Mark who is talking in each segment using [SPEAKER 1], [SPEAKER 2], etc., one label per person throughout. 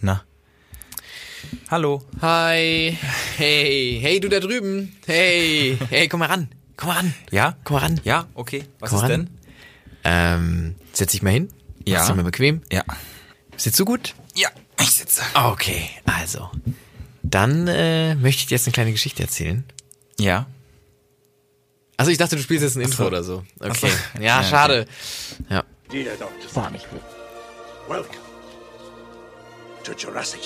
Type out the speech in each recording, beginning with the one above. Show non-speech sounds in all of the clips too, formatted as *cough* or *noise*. [SPEAKER 1] Na? Hallo.
[SPEAKER 2] Hi. Hey. Hey, du da drüben. Hey. Hey, komm mal ran. Komm mal ran.
[SPEAKER 1] Ja?
[SPEAKER 2] Komm mal ran.
[SPEAKER 1] Ja, okay. Was
[SPEAKER 2] Komm
[SPEAKER 1] ist
[SPEAKER 2] ran.
[SPEAKER 1] denn?
[SPEAKER 2] Ähm, setz dich mal hin.
[SPEAKER 1] Ja.
[SPEAKER 2] Machst du mal bequem.
[SPEAKER 1] Ja.
[SPEAKER 2] Sitzt du gut?
[SPEAKER 1] Ja, ich sitze.
[SPEAKER 2] Okay, also. Dann äh, möchte ich dir jetzt eine kleine Geschichte erzählen.
[SPEAKER 1] Ja.
[SPEAKER 2] Also ich dachte, du spielst jetzt ein Intro
[SPEAKER 1] so.
[SPEAKER 2] oder so.
[SPEAKER 1] Ach so.
[SPEAKER 2] Okay. Ja,
[SPEAKER 1] Ja,
[SPEAKER 2] schade. Ja.
[SPEAKER 3] Dear Dr. Farmicle, welcome to Jurassic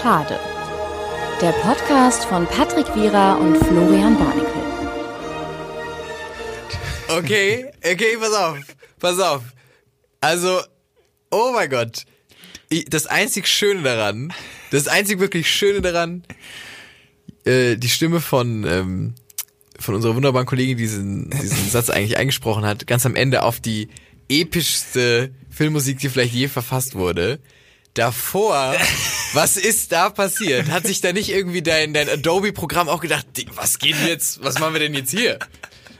[SPEAKER 4] Schade. Der Podcast von Patrick Wierer und Florian Barnickel.
[SPEAKER 2] Okay, okay, pass auf. Pass auf. Also, oh mein Gott. Ich- Das einzig Schöne daran, das einzig wirklich Schöne daran, äh, die Stimme von, ähm, von unserer wunderbaren Kollegin, die
[SPEAKER 1] *laughs*
[SPEAKER 2] diesen, diesen Satz eigentlich eingesprochen hat, ganz am Ende auf die epischste Filmmusik, die vielleicht je verfasst wurde. Davor,
[SPEAKER 1] *laughs*
[SPEAKER 2] was ist da passiert? Hat sich da nicht irgendwie dein, dein Adobe-Programm auch gedacht, "Ding, was geht denn jetzt, was machen wir denn jetzt hier?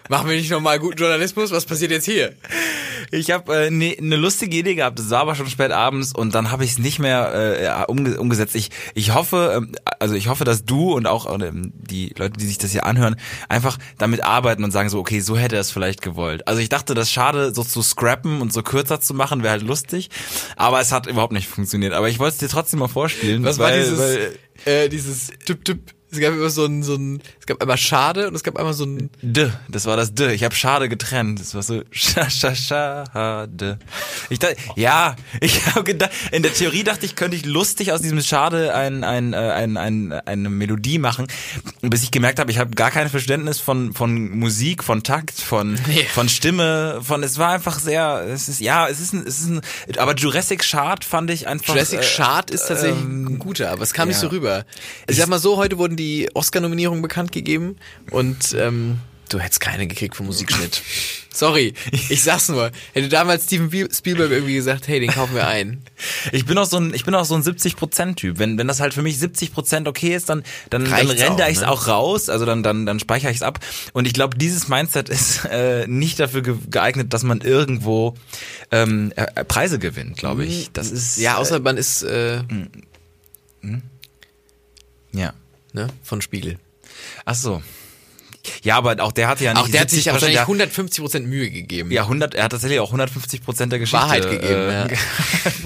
[SPEAKER 2] Machen wir nicht nochmal guten Journalismus? Was passiert jetzt hier?
[SPEAKER 1] Ich habe äh, ne, eine lustige Idee gehabt, es war aber schon spät abends und dann habe ich es nicht mehr äh, umge umgesetzt. Ich, ich hoffe, ähm, also ich hoffe, dass du und auch ähm, die Leute, die sich das hier anhören, einfach damit arbeiten und sagen so, okay, so hätte er es vielleicht gewollt. Also ich dachte, das ist schade, so zu scrappen und so kürzer zu machen, wäre halt lustig, aber es hat überhaupt nicht funktioniert. Aber ich wollte es dir trotzdem mal vorspielen.
[SPEAKER 2] Was war
[SPEAKER 1] weil-
[SPEAKER 2] dieses,
[SPEAKER 1] weil-
[SPEAKER 2] äh, dieses Tipp, Tipp? Es gab immer so ein, so ein, es gab einmal Schade und es gab einmal so ein,
[SPEAKER 1] D, das war das D. Ich habe schade getrennt. Das war so *laughs* scha scha schade. Ich dachte, ja, ich *laughs* habe gedacht, in der Theorie dachte ich, könnte ich lustig aus diesem Schade ein, ein, äh, ein, ein, eine Melodie machen, bis ich gemerkt habe, ich habe gar kein Verständnis von von Musik, von Takt, von von Stimme, von es war einfach sehr, es ist ja, es ist ein, es ist ein, aber Jurassic Schad fand ich einfach
[SPEAKER 2] Jurassic
[SPEAKER 1] äh,
[SPEAKER 2] Schad ist tatsächlich
[SPEAKER 1] ähm,
[SPEAKER 2] ein guter, aber es kam nicht
[SPEAKER 1] ja.
[SPEAKER 2] so rüber. Ich sag mal so, heute wurden die Oscar-Nominierungen bekannt gegeben und, ähm, du hättest keine gekriegt
[SPEAKER 1] *laughs*
[SPEAKER 2] vom Musikschnitt. Sorry, ich sag's nur. Hätte damals Steven Spiel- Spielberg irgendwie gesagt, hey, den kaufen wir ein.
[SPEAKER 1] Ich bin auch so ein, ich bin auch so ein 70% Typ. Wenn, wenn das halt für mich 70% okay ist, dann, dann, dann
[SPEAKER 2] Reicht's
[SPEAKER 1] render
[SPEAKER 2] auch,
[SPEAKER 1] ich es
[SPEAKER 2] ne?
[SPEAKER 1] auch raus, also dann, dann, dann speichere ich es ab. Und ich glaube, dieses Mindset ist äh, nicht dafür ge geeignet, dass man irgendwo ähm, äh, äh, Preise gewinnt, glaube ich. Das ist
[SPEAKER 2] Hm, Ja, außer man ist, äh,
[SPEAKER 1] mm. äh, ja.
[SPEAKER 2] ne, von Spiegel.
[SPEAKER 1] Ach so. Ja, aber auch der hat ja nicht
[SPEAKER 2] Auch der hat sich ja
[SPEAKER 1] 70%,
[SPEAKER 2] wahrscheinlich
[SPEAKER 1] der-
[SPEAKER 2] 150 Prozent Mühe gegeben.
[SPEAKER 1] Ja, 100, er hat tatsächlich auch 150 Prozent der Geschichte.
[SPEAKER 2] Wahrheit gegeben, ja.
[SPEAKER 1] *laughs*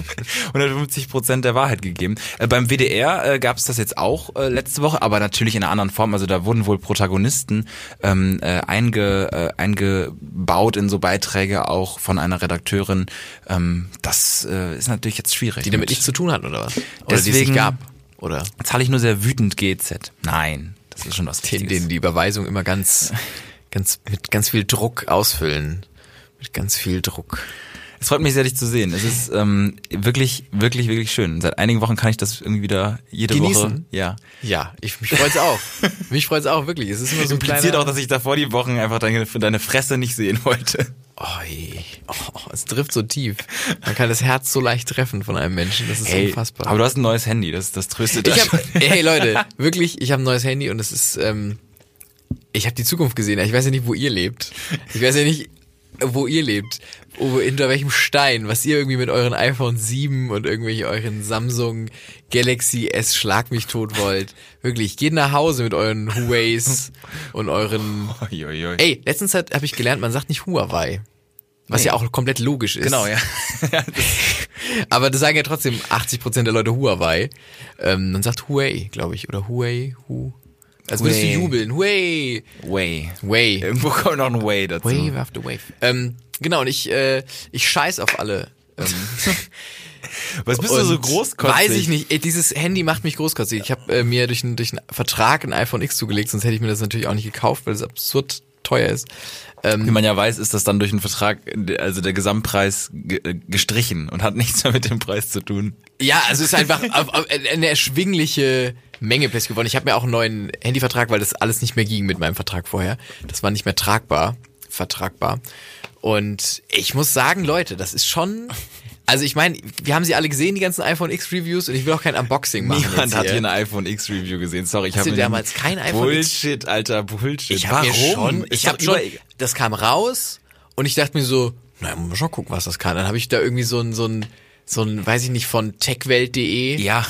[SPEAKER 1] 150 Prozent der Wahrheit gegeben. Äh, beim WDR äh, gab es das jetzt auch äh, letzte Woche, aber natürlich in einer anderen Form. Also da wurden wohl Protagonisten ähm, äh, einge, äh, eingebaut in so Beiträge auch von einer Redakteurin. Ähm, das äh, ist natürlich jetzt schwierig.
[SPEAKER 2] Die damit nichts zu tun hat, oder was? Oder die es
[SPEAKER 1] Deswegen-
[SPEAKER 2] nicht gab. Oder
[SPEAKER 1] zahle ich nur sehr wütend GZ. Nein, das ist schon was
[SPEAKER 2] *laughs* den,
[SPEAKER 1] Richtiges.
[SPEAKER 2] den die Überweisung immer ganz, ganz, mit ganz viel Druck ausfüllen. Mit ganz viel Druck.
[SPEAKER 1] Es freut mich sehr, dich zu sehen. Es ist ähm, wirklich, wirklich, wirklich schön. Seit einigen Wochen kann ich das irgendwie wieder jede Woche.
[SPEAKER 2] Genießen?
[SPEAKER 1] Ja.
[SPEAKER 2] Ja, ich, mich
[SPEAKER 1] *laughs*
[SPEAKER 2] freut's auch. mich freut's auch, wirklich. Es ist immer so ein
[SPEAKER 1] Impliziert
[SPEAKER 2] kleiner,
[SPEAKER 1] auch, dass ich davor die Wochen einfach deine, deine Fresse nicht sehen wollte.
[SPEAKER 2] Oh, je. oh, es trifft so tief. Man kann das Herz so leicht treffen von einem Menschen. Das ist unfassbar.
[SPEAKER 1] Aber du hast ein neues Handy, das, das tröstet
[SPEAKER 2] Ich
[SPEAKER 1] das
[SPEAKER 2] hab,
[SPEAKER 1] schon.
[SPEAKER 2] hey Leute, wirklich, ich habe ein neues Handy und es ist, ähm, ich habe die Zukunft gesehen. Ich weiß ja nicht, wo ihr lebt. Ich weiß ja nicht, wo ihr lebt, wo, hinter welchem Stein, was ihr irgendwie mit euren iPhone 7 und irgendwelche euren Samsung Galaxy S schlag mich tot wollt. Wirklich, geht nach Hause mit euren Huaweis und euren.
[SPEAKER 1] Uiuiui.
[SPEAKER 2] Ey, letztens hat habe ich gelernt, man sagt nicht Huawei. Was ja auch komplett logisch ist.
[SPEAKER 1] Genau, ja. Ja, das-
[SPEAKER 2] Aber das sagen ja trotzdem 80% der Leute Huawei. Ähm, man sagt Huawei, glaube ich. Oder Huawei, Hu. Also würdest du
[SPEAKER 1] Huawei.
[SPEAKER 2] jubeln. Huawei.
[SPEAKER 1] Way.
[SPEAKER 2] *laughs* Way.
[SPEAKER 1] Irgendwo kommt noch ein Way dazu.
[SPEAKER 2] Wave after wave. Ähm, genau, und ich, äh, ich scheiß auf alle. Ähm,
[SPEAKER 1] Was bist *laughs* du so
[SPEAKER 2] und
[SPEAKER 1] großkotzig?
[SPEAKER 2] Weiß ich nicht. Ey, Dieses Handy macht mich großkotzig. Ich habe äh, mir durch einen, durch einen Vertrag ein iPhone X zugelegt, sonst hätte ich mir das natürlich auch nicht gekauft, weil es absurd teuer ist. Ähm,
[SPEAKER 1] Wie man ja weiß, ist das dann durch einen Vertrag, also der Gesamtpreis ge- äh, gestrichen und hat nichts mehr mit dem Preis zu tun.
[SPEAKER 2] Ja, also es ist einfach *laughs* auf, auf, eine erschwingliche Menge Pest geworden. Ich habe mir auch einen neuen Handyvertrag, weil das alles nicht mehr ging mit meinem Vertrag vorher. Das war nicht mehr tragbar, vertragbar. Und ich muss sagen, Leute, das ist schon, Also ich meine, wir haben sie alle gesehen, die ganzen iPhone X Reviews, und ich will auch kein Unboxing machen.
[SPEAKER 1] Niemand
[SPEAKER 2] jetzt
[SPEAKER 1] hat hier
[SPEAKER 2] hier
[SPEAKER 1] ein iPhone X Review gesehen. Sorry, ich
[SPEAKER 2] Hast
[SPEAKER 1] habe
[SPEAKER 2] du
[SPEAKER 1] mir-
[SPEAKER 2] damals kein iPhone X?
[SPEAKER 1] Bullshit, Alter, Bullshit.
[SPEAKER 2] Ich
[SPEAKER 1] Warum?
[SPEAKER 2] habe schon,
[SPEAKER 1] Ist
[SPEAKER 2] ich
[SPEAKER 1] doch
[SPEAKER 2] habe schon,
[SPEAKER 1] überall-
[SPEAKER 2] das kam raus und ich dachte mir so, na, muss man schon gucken, was das kann. Dann habe ich da irgendwie so ein so ein so ein, weiß ich nicht, von techwelt.de
[SPEAKER 1] Ja,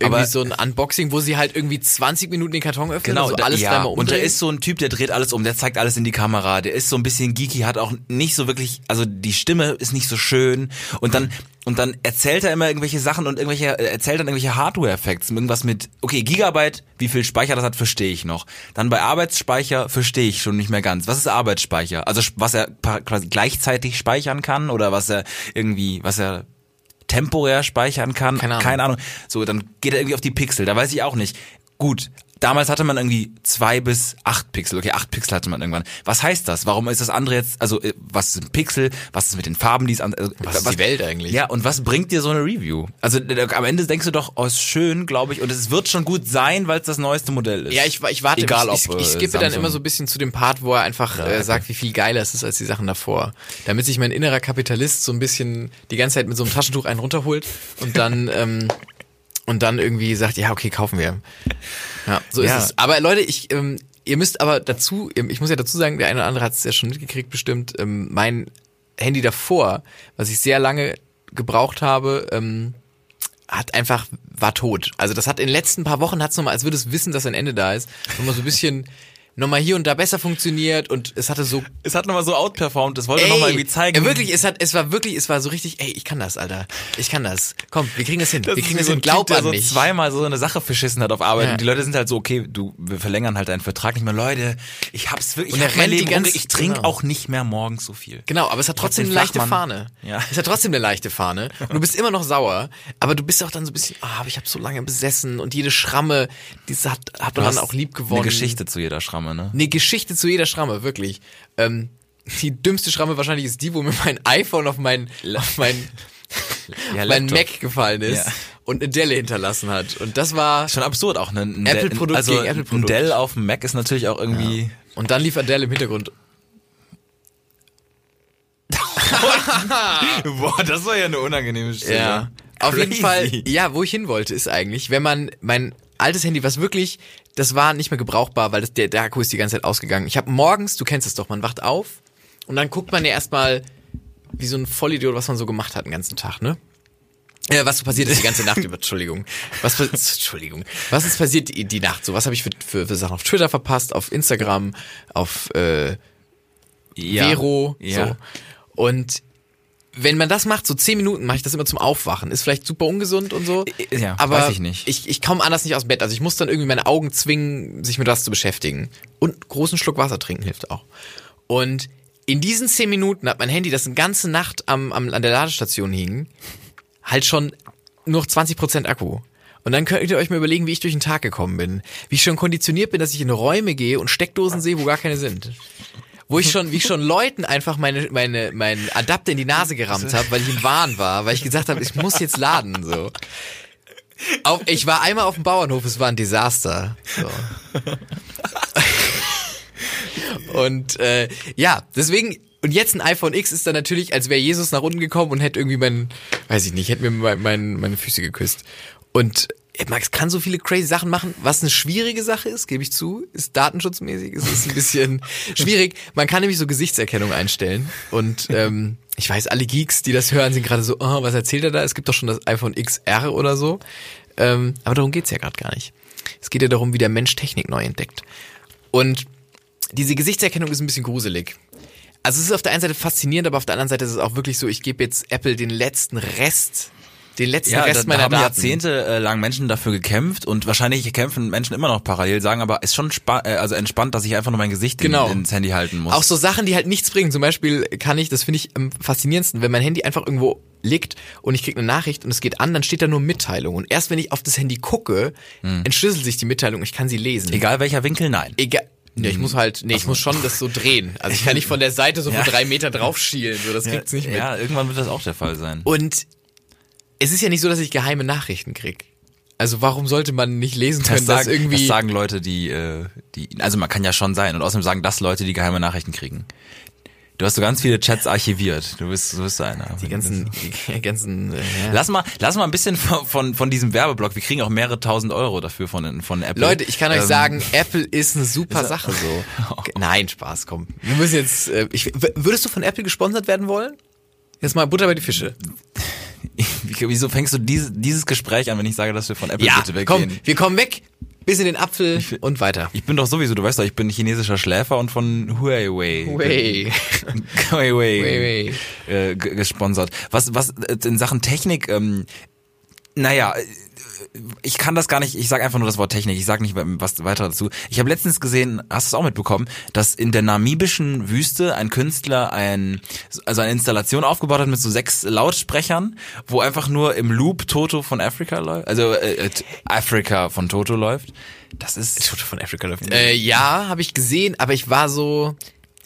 [SPEAKER 2] irgendwie
[SPEAKER 1] aber
[SPEAKER 2] so ein Unboxing, wo sie halt irgendwie 20 Minuten den Karton öffnen
[SPEAKER 1] genau,
[SPEAKER 2] und so
[SPEAKER 1] da-
[SPEAKER 2] alles
[SPEAKER 1] ja.
[SPEAKER 2] dreimal umdrehen.
[SPEAKER 1] Und da ist so ein Typ, der dreht alles um, der zeigt alles in die Kamera, der ist so ein bisschen geeky, hat auch nicht so wirklich, also die Stimme ist nicht so schön und dann und dann erzählt er immer irgendwelche Sachen und irgendwelche äh, erzählt dann irgendwelche Hardware Facts, irgendwas mit okay, Gigabyte, wie viel Speicher das hat, verstehe ich noch. Dann bei Arbeitsspeicher verstehe ich schon nicht mehr ganz. Was ist Arbeitsspeicher? Also was er pa- quasi gleichzeitig speichern kann oder was er irgendwie, was er temporär speichern kann.
[SPEAKER 2] Keine Ahnung.
[SPEAKER 1] Keine Ahnung. So, dann geht er irgendwie auf die Pixel. Da weiß ich auch nicht. Gut. Damals hatte man irgendwie zwei bis acht Pixel. Okay, acht Pixel hatte man irgendwann. Was heißt das? Warum ist das andere jetzt, also, äh, was ist ein Pixel? Was ist mit den Farben, die es an, also,
[SPEAKER 2] Was ist die Welt eigentlich?
[SPEAKER 1] Ja, und was bringt dir so eine Review? Also, äh, am Ende denkst du doch, oh, ist schön, glaube ich, und es wird schon gut sein, weil es das neueste Modell ist.
[SPEAKER 2] Ja, ich, ich warte,
[SPEAKER 1] Egal,
[SPEAKER 2] ich,
[SPEAKER 1] ob,
[SPEAKER 2] ich, ich
[SPEAKER 1] äh,
[SPEAKER 2] skippe dann
[SPEAKER 1] Samsung-
[SPEAKER 2] immer so ein bisschen zu dem Part, wo er einfach äh, sagt, wie viel geiler es ist als die Sachen davor. Damit sich mein innerer Kapitalist so ein bisschen die ganze Zeit mit so einem Taschentuch einen runterholt und dann, ähm, und dann irgendwie sagt, ja, okay, kaufen wir. Ja, so
[SPEAKER 1] Ja.
[SPEAKER 2] ist es. Aber Leute, ich, ähm, ihr müsst aber dazu, ähm, ich muss ja dazu sagen, der eine oder andere hat es ja schon mitgekriegt bestimmt, ähm, mein Handy davor, was ich sehr lange gebraucht habe, ähm, hat einfach, war tot. Also das hat in den letzten paar Wochen hat's nochmal, als würde es wissen, dass ein Ende da ist, nochmal so ein bisschen, nochmal hier und da besser funktioniert und es hatte so
[SPEAKER 1] es hat nochmal so outperformed, das wollte er nochmal irgendwie zeigen.
[SPEAKER 2] ja, wirklich, es hat, es war wirklich, es war so richtig, ey, ich kann das, Alter. Ich kann das. Komm, wir kriegen das hin. wir
[SPEAKER 1] ist
[SPEAKER 2] kriegen
[SPEAKER 1] wie
[SPEAKER 2] das
[SPEAKER 1] so
[SPEAKER 2] hin.
[SPEAKER 1] ein Typ,
[SPEAKER 2] Glaub
[SPEAKER 1] der
[SPEAKER 2] an
[SPEAKER 1] so
[SPEAKER 2] mich.
[SPEAKER 1] zweimal so eine Sache verschissen hat auf Arbeit
[SPEAKER 2] Ja.
[SPEAKER 1] und die Leute sind halt so, okay, du, wir verlängern halt deinen Vertrag nicht mehr. Leute, ich hab's wirklich,
[SPEAKER 2] Und
[SPEAKER 1] ich
[SPEAKER 2] er
[SPEAKER 1] hab mein
[SPEAKER 2] rennt die
[SPEAKER 1] Leben
[SPEAKER 2] ganz-
[SPEAKER 1] umge- ich trinke
[SPEAKER 2] genau.
[SPEAKER 1] auch nicht mehr morgens so viel.
[SPEAKER 2] Genau, aber es hat trotzdem eine
[SPEAKER 1] Trotzdem
[SPEAKER 2] leichte
[SPEAKER 1] Flachmann.
[SPEAKER 2] Fahne.
[SPEAKER 1] Ja.
[SPEAKER 2] Es hat trotzdem eine
[SPEAKER 1] *laughs*
[SPEAKER 2] leichte Fahne. Und du bist immer noch sauer, aber du bist auch dann so ein bisschen, ah, aber ich habe so lange besessen und jede Schramme, die hat, hat man dann auch lieb geworden.
[SPEAKER 1] Eine Geschichte zu jeder Schramme, ne?
[SPEAKER 2] Eine Geschichte zu jeder Schramme, wirklich. Ähm, die dümmste Schramme wahrscheinlich ist die, wo mir mein iPhone auf mein, auf mein,
[SPEAKER 1] Ja,
[SPEAKER 2] auf mein
[SPEAKER 1] Laptop.
[SPEAKER 2] Mac gefallen ist
[SPEAKER 1] Ja.
[SPEAKER 2] und eine Delle hinterlassen hat. Und das war.
[SPEAKER 1] Schon absurd auch, ne? Ein Dell-
[SPEAKER 2] Apple-Produkt
[SPEAKER 1] also
[SPEAKER 2] gegen Apple-Produkt.
[SPEAKER 1] Ein Dell auf dem Mac ist natürlich auch irgendwie...
[SPEAKER 2] Und dann lief Adele im Hintergrund.
[SPEAKER 1] *laughs* Boah, das war ja eine unangenehme Stelle.
[SPEAKER 2] Ja. Auf jeden Fall, ja, wo ich hin wollte, ist eigentlich, wenn man mein altes Handy, was wirklich, das war nicht mehr gebrauchbar, weil das, der, der Akku ist die ganze Zeit ausgegangen. Ich habe morgens, du kennst es doch, man wacht auf und dann guckt man ja erstmal wie so ein Vollidiot, was man so gemacht hat den ganzen Tag, ne? Äh, was so passiert ist die ganze Nacht über, Entschuldigung. Was, pass- *laughs* Entschuldigung. Was ist passiert die, die Nacht so? Was habe ich für, für, für Sachen auf Twitter verpasst, auf Instagram, auf äh,
[SPEAKER 1] Ja.
[SPEAKER 2] Vero.
[SPEAKER 1] Ja.
[SPEAKER 2] So. Und wenn man das macht, so zehn Minuten mache ich das immer zum Aufwachen. Ist vielleicht super ungesund und so.
[SPEAKER 1] Ja,
[SPEAKER 2] aber
[SPEAKER 1] weiß ich nicht.
[SPEAKER 2] Ich, ich komme anders nicht aus dem Bett. Also ich muss dann irgendwie meine Augen zwingen, sich mit was zu beschäftigen. Und großen Schluck Wasser trinken hilft auch. Und in diesen zehn Minuten hat mein Handy, das eine ganze Nacht am, am, an der Ladestation hing, halt schon nur noch 20% Akku. Und dann könnt ihr euch mal überlegen, wie ich durch den Tag gekommen bin. Wie ich schon konditioniert bin, dass ich in Räume gehe und Steckdosen sehe, wo gar keine sind. Wo ich schon, wie ich schon Leuten einfach meine, meine, meinen Adapter in die Nase gerammt habe, weil ich im Wahn war, weil ich gesagt habe, ich muss jetzt laden, so. Auf, ich war einmal auf dem Bauernhof, es war ein Desaster. So. und äh, ja, deswegen, und jetzt ein iPhone X ist dann natürlich, als wäre Jesus nach unten gekommen und hätte irgendwie meinen, weiß ich nicht, hätte mir mein, mein, meine Füße geküsst. Und ey, Max kann so viele crazy Sachen machen, was eine schwierige Sache ist, gebe ich zu, ist datenschutzmäßig, es ist ein bisschen schwierig. Man kann nämlich so Gesichtserkennung einstellen und ähm, ich weiß, alle Geeks, die das hören, sind gerade so, oh, was erzählt er da? Es gibt doch schon das iPhone XR oder so. Ähm, aber darum geht's ja gerade gar nicht. Es geht ja darum, wie der Mensch Technik neu entdeckt. Und diese Gesichtserkennung ist ein bisschen gruselig. Also es ist auf der einen Seite faszinierend, aber auf der anderen Seite ist es auch wirklich so, ich gebe jetzt Apple den letzten Rest, den letzten
[SPEAKER 1] Ja,
[SPEAKER 2] Rest
[SPEAKER 1] da, da
[SPEAKER 2] meiner
[SPEAKER 1] haben
[SPEAKER 2] Daten.
[SPEAKER 1] Jahrzehnte äh, lang Menschen dafür gekämpft und wahrscheinlich kämpfen Menschen immer noch parallel, sagen aber, ist schon spa äh, also entspannt, dass ich einfach nur mein Gesicht
[SPEAKER 2] Genau.
[SPEAKER 1] in, ins Handy halten muss.
[SPEAKER 2] Auch so Sachen, die halt nichts bringen. Zum Beispiel kann ich, das finde ich am faszinierendsten, wenn mein Handy einfach irgendwo liegt und ich kriege eine Nachricht und es geht an, dann steht da nur Mitteilung. Und erst wenn ich auf das Handy gucke, entschlüsselt sich die Mitteilung, ich kann sie lesen.
[SPEAKER 1] Hm. Egal Hm. welcher Winkel, nein.
[SPEAKER 2] Egal. Nee, ich muss halt, nee, ich muss schon das so drehen. Also ich kann nicht von der Seite so von
[SPEAKER 1] Ja.
[SPEAKER 2] drei Meter drauf schielen, so das kriegt's nicht mit.
[SPEAKER 1] Ja, irgendwann wird das auch der Fall sein.
[SPEAKER 2] Und es ist ja nicht so, dass ich geheime Nachrichten krieg. Also warum sollte man nicht lesen können, dass irgendwie
[SPEAKER 1] das sagen Leute, die, äh, die, also man kann ja schon sein. Und außerdem sagen das Leute, die geheime Nachrichten kriegen. Du hast so ganz viele Chats archiviert. Du bist, du bist so einer.
[SPEAKER 2] Die ganzen, *laughs* die ganzen, äh, ja.
[SPEAKER 1] Lass mal, lass mal ein bisschen von, von, von diesem Werbeblock. Wir kriegen auch mehrere tausend Euro dafür von, von Apple.
[SPEAKER 2] Leute, ich kann euch
[SPEAKER 1] Ähm,
[SPEAKER 2] sagen, Apple ist eine super Sache so. Okay, Nein, Spaß, komm. Wir müssen jetzt. Äh, ich, w- würdest du von Apple gesponsert werden wollen? Jetzt mal Butter bei die Fische.
[SPEAKER 1] wie- *laughs* Wieso fängst du dieses, dieses Gespräch an, wenn ich sage, dass wir von Apple bitte weggehen?
[SPEAKER 2] komm, wir kommen weg, bis in den Apfel und weiter.
[SPEAKER 1] Ich bin doch sowieso, du weißt doch, ich bin chinesischer Schläfer und von Huawei.
[SPEAKER 2] Way.
[SPEAKER 1] *laughs* Huawei.
[SPEAKER 2] Huawei.
[SPEAKER 1] Äh, g- gesponsert. Was, was äh, in Sachen Technik, ähm, naja, äh, ich kann das gar nicht, ich sage einfach nur das Wort Technik, ich sage nicht was weiter dazu. Ich habe letztens gesehen, hast du es auch mitbekommen, dass in der namibischen Wüste ein Künstler ein, also eine Installation aufgebaut hat mit so sechs Lautsprechern, wo einfach nur im Loop Toto von Afrika läuft, also äh, äh, Afrika von Toto läuft. Das ist Toto von Afrika läuft.
[SPEAKER 2] Äh, ja, habe ich gesehen, aber ich war so.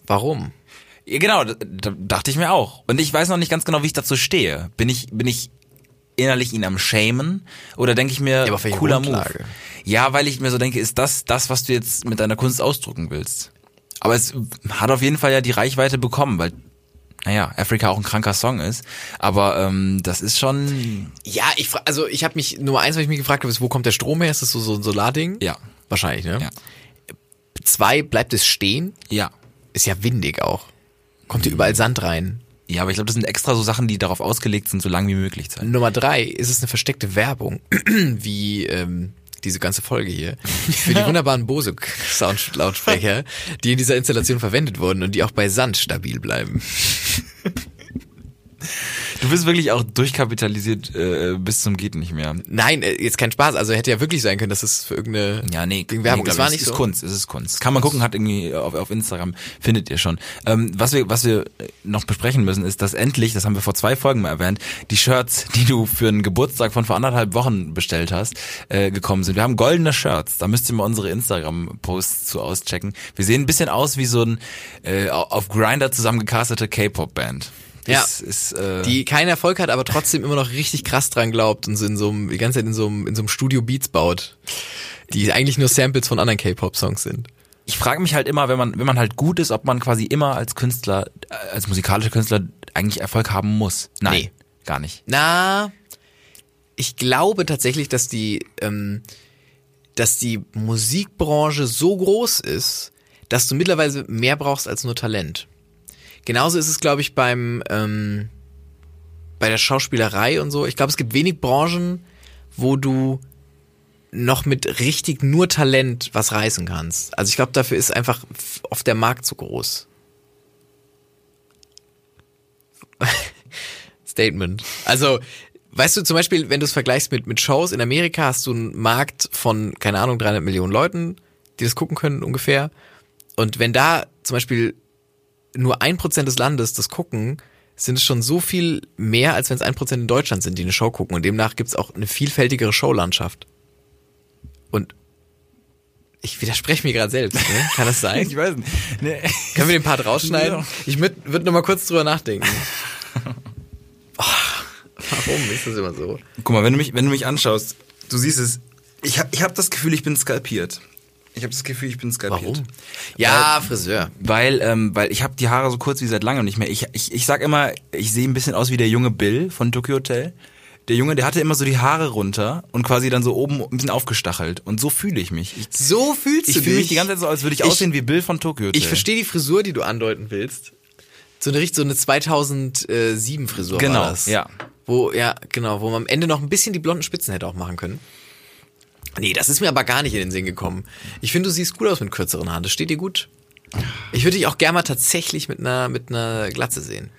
[SPEAKER 2] Warum?
[SPEAKER 1] Ja, genau, d- d- dachte ich mir auch. Und ich weiß noch nicht ganz genau, wie ich dazu stehe. Bin ich, bin ich innerlich ihn am shamen oder denke ich mir,
[SPEAKER 2] aber auf welche
[SPEAKER 1] cooler
[SPEAKER 2] Grundlage?
[SPEAKER 1] Move? Ja, weil ich mir so denke, ist das das, was du jetzt mit deiner Kunst ausdrücken willst? Aber es hat auf jeden Fall ja die Reichweite bekommen, weil, naja, Afrika auch ein kranker Song ist. Aber ähm, das ist schon,
[SPEAKER 2] Ja, ich fra also ich habe mich Nummer eins, was ich mich gefragt habe, ist, wo kommt der Strom her? Ist das so, so ein Solarding?
[SPEAKER 1] Ja.
[SPEAKER 2] wahrscheinlich. Ne?
[SPEAKER 1] Ja.
[SPEAKER 2] Zwei bleibt es stehen.
[SPEAKER 1] ja.
[SPEAKER 2] Ist ja windig auch. Kommt hier überall Sand rein.
[SPEAKER 1] Ja, aber ich glaube, das sind extra so Sachen, die darauf ausgelegt sind, so lang wie möglich zu sein.
[SPEAKER 2] Nummer drei ist es eine versteckte Werbung, *clears throat* wie ähm, diese ganze Folge hier für
[SPEAKER 1] *laughs*
[SPEAKER 2] die wunderbaren Bose Sound Lautsprecher, die in dieser Installation verwendet wurden und die auch bei Sand stabil bleiben.
[SPEAKER 1] Du bist wirklich auch durchkapitalisiert äh, bis zum geht nicht mehr.
[SPEAKER 2] Nein, äh, jetzt kein Spaß. Also hätte ja wirklich sein können, dass es für irgendeine
[SPEAKER 1] Ja, nee,
[SPEAKER 2] gegen Äh, Werbung.
[SPEAKER 1] nee,
[SPEAKER 2] es
[SPEAKER 1] glaub
[SPEAKER 2] war
[SPEAKER 1] ich,
[SPEAKER 2] nicht
[SPEAKER 1] es
[SPEAKER 2] so.
[SPEAKER 1] ist Kunst, es ist Kunst. Kann man gucken, hat irgendwie auf, auf Instagram findet ihr schon. Ähm, was wir was wir äh, noch besprechen müssen ist, dass endlich, das haben wir vor zwei Folgen mal erwähnt, die Shirts, die du für einen Geburtstag von vor anderthalb Wochen bestellt hast, äh, gekommen sind. Wir haben goldene Shirts. Da müsst ihr mal unsere Instagram Posts zu auschecken. Wir sehen ein bisschen aus wie so ein äh, auf Grinder zusammengecastete K-Pop Band.
[SPEAKER 2] Ja.
[SPEAKER 1] Ist, ist, äh,
[SPEAKER 2] die keinen Erfolg hat, aber trotzdem immer noch richtig krass dran glaubt und so in so einem, die ganze Zeit in so einem, in so einem Studio Beats baut, die eigentlich nur Samples von anderen K-Pop-Songs sind.
[SPEAKER 1] ich frage mich halt immer, wenn man, wenn man halt gut ist, ob man quasi immer als Künstler, äh, als musikalischer Künstler eigentlich Erfolg haben muss. Nein,
[SPEAKER 2] Nee.
[SPEAKER 1] gar nicht.
[SPEAKER 2] Na, ich glaube tatsächlich, dass die, ähm, dass die Musikbranche so groß ist, dass du mittlerweile mehr brauchst als nur Talent. Genauso ist es, glaube ich, beim ähm, bei der Schauspielerei und so. Ich glaube, es gibt wenig Branchen, wo du noch mit richtig nur Talent was reißen kannst. Also ich glaube, dafür ist einfach f- oft der Markt zu groß. Statement. Also, weißt du, zum Beispiel, wenn du es vergleichst mit, mit Shows in Amerika, hast du einen Markt von, keine Ahnung, 300 Millionen Leuten, die das gucken können ungefähr. Und wenn da zum Beispiel nur ein Prozent des Landes das gucken, sind es schon so viel mehr, als wenn es ein Prozent in Deutschland sind, die eine Show gucken. Und demnach gibt es auch eine vielfältigere Showlandschaft. Und ich widerspreche mir gerade selbst. Ne? Kann
[SPEAKER 1] *laughs*
[SPEAKER 2] das sein?
[SPEAKER 1] weiß nicht. Nee.
[SPEAKER 2] Können wir den Part rausschneiden?
[SPEAKER 1] Ja.
[SPEAKER 2] Ich würde noch mal kurz
[SPEAKER 1] *laughs*
[SPEAKER 2] drüber nachdenken. Oh, warum ist das immer so?
[SPEAKER 1] Guck mal, wenn du mich, wenn du mich anschaust, du siehst es. Ich habe ich hab das Gefühl, ich bin skalpiert. Ich habe das Gefühl, ich bin skalpiert.
[SPEAKER 2] Ja, Friseur.
[SPEAKER 1] Weil, ähm, weil ich habe die Haare so kurz wie seit langem nicht mehr. Ich, ich, ich sag immer, ich sehe ein bisschen aus wie der junge Bill von Tokyo Hotel. Der Junge, der hatte immer so die Haare runter und quasi dann so oben ein bisschen aufgestachelt. Und so fühle ich mich. Ich,
[SPEAKER 2] So fühlst
[SPEAKER 1] ich
[SPEAKER 2] du
[SPEAKER 1] fühle
[SPEAKER 2] dich.
[SPEAKER 1] mich die ganze Zeit so, als würde ich,
[SPEAKER 2] Ich-
[SPEAKER 1] aussehen wie Bill von Tokyo Hotel.
[SPEAKER 2] ich verstehe die Frisur, die du andeuten willst. So eine richtig so eine 2007 Frisur
[SPEAKER 1] Genau,
[SPEAKER 2] war das.
[SPEAKER 1] ja.
[SPEAKER 2] Wo ja, genau, wo man am Ende noch ein bisschen die blonden Spitzen hätte auch machen können. Nee, das ist mir aber gar nicht in den Sinn gekommen. Ich finde, du siehst gut aus mit kürzeren Haaren. Das steht dir gut. Ich würde dich auch gerne mal tatsächlich mit einer mit einer Glatze sehen.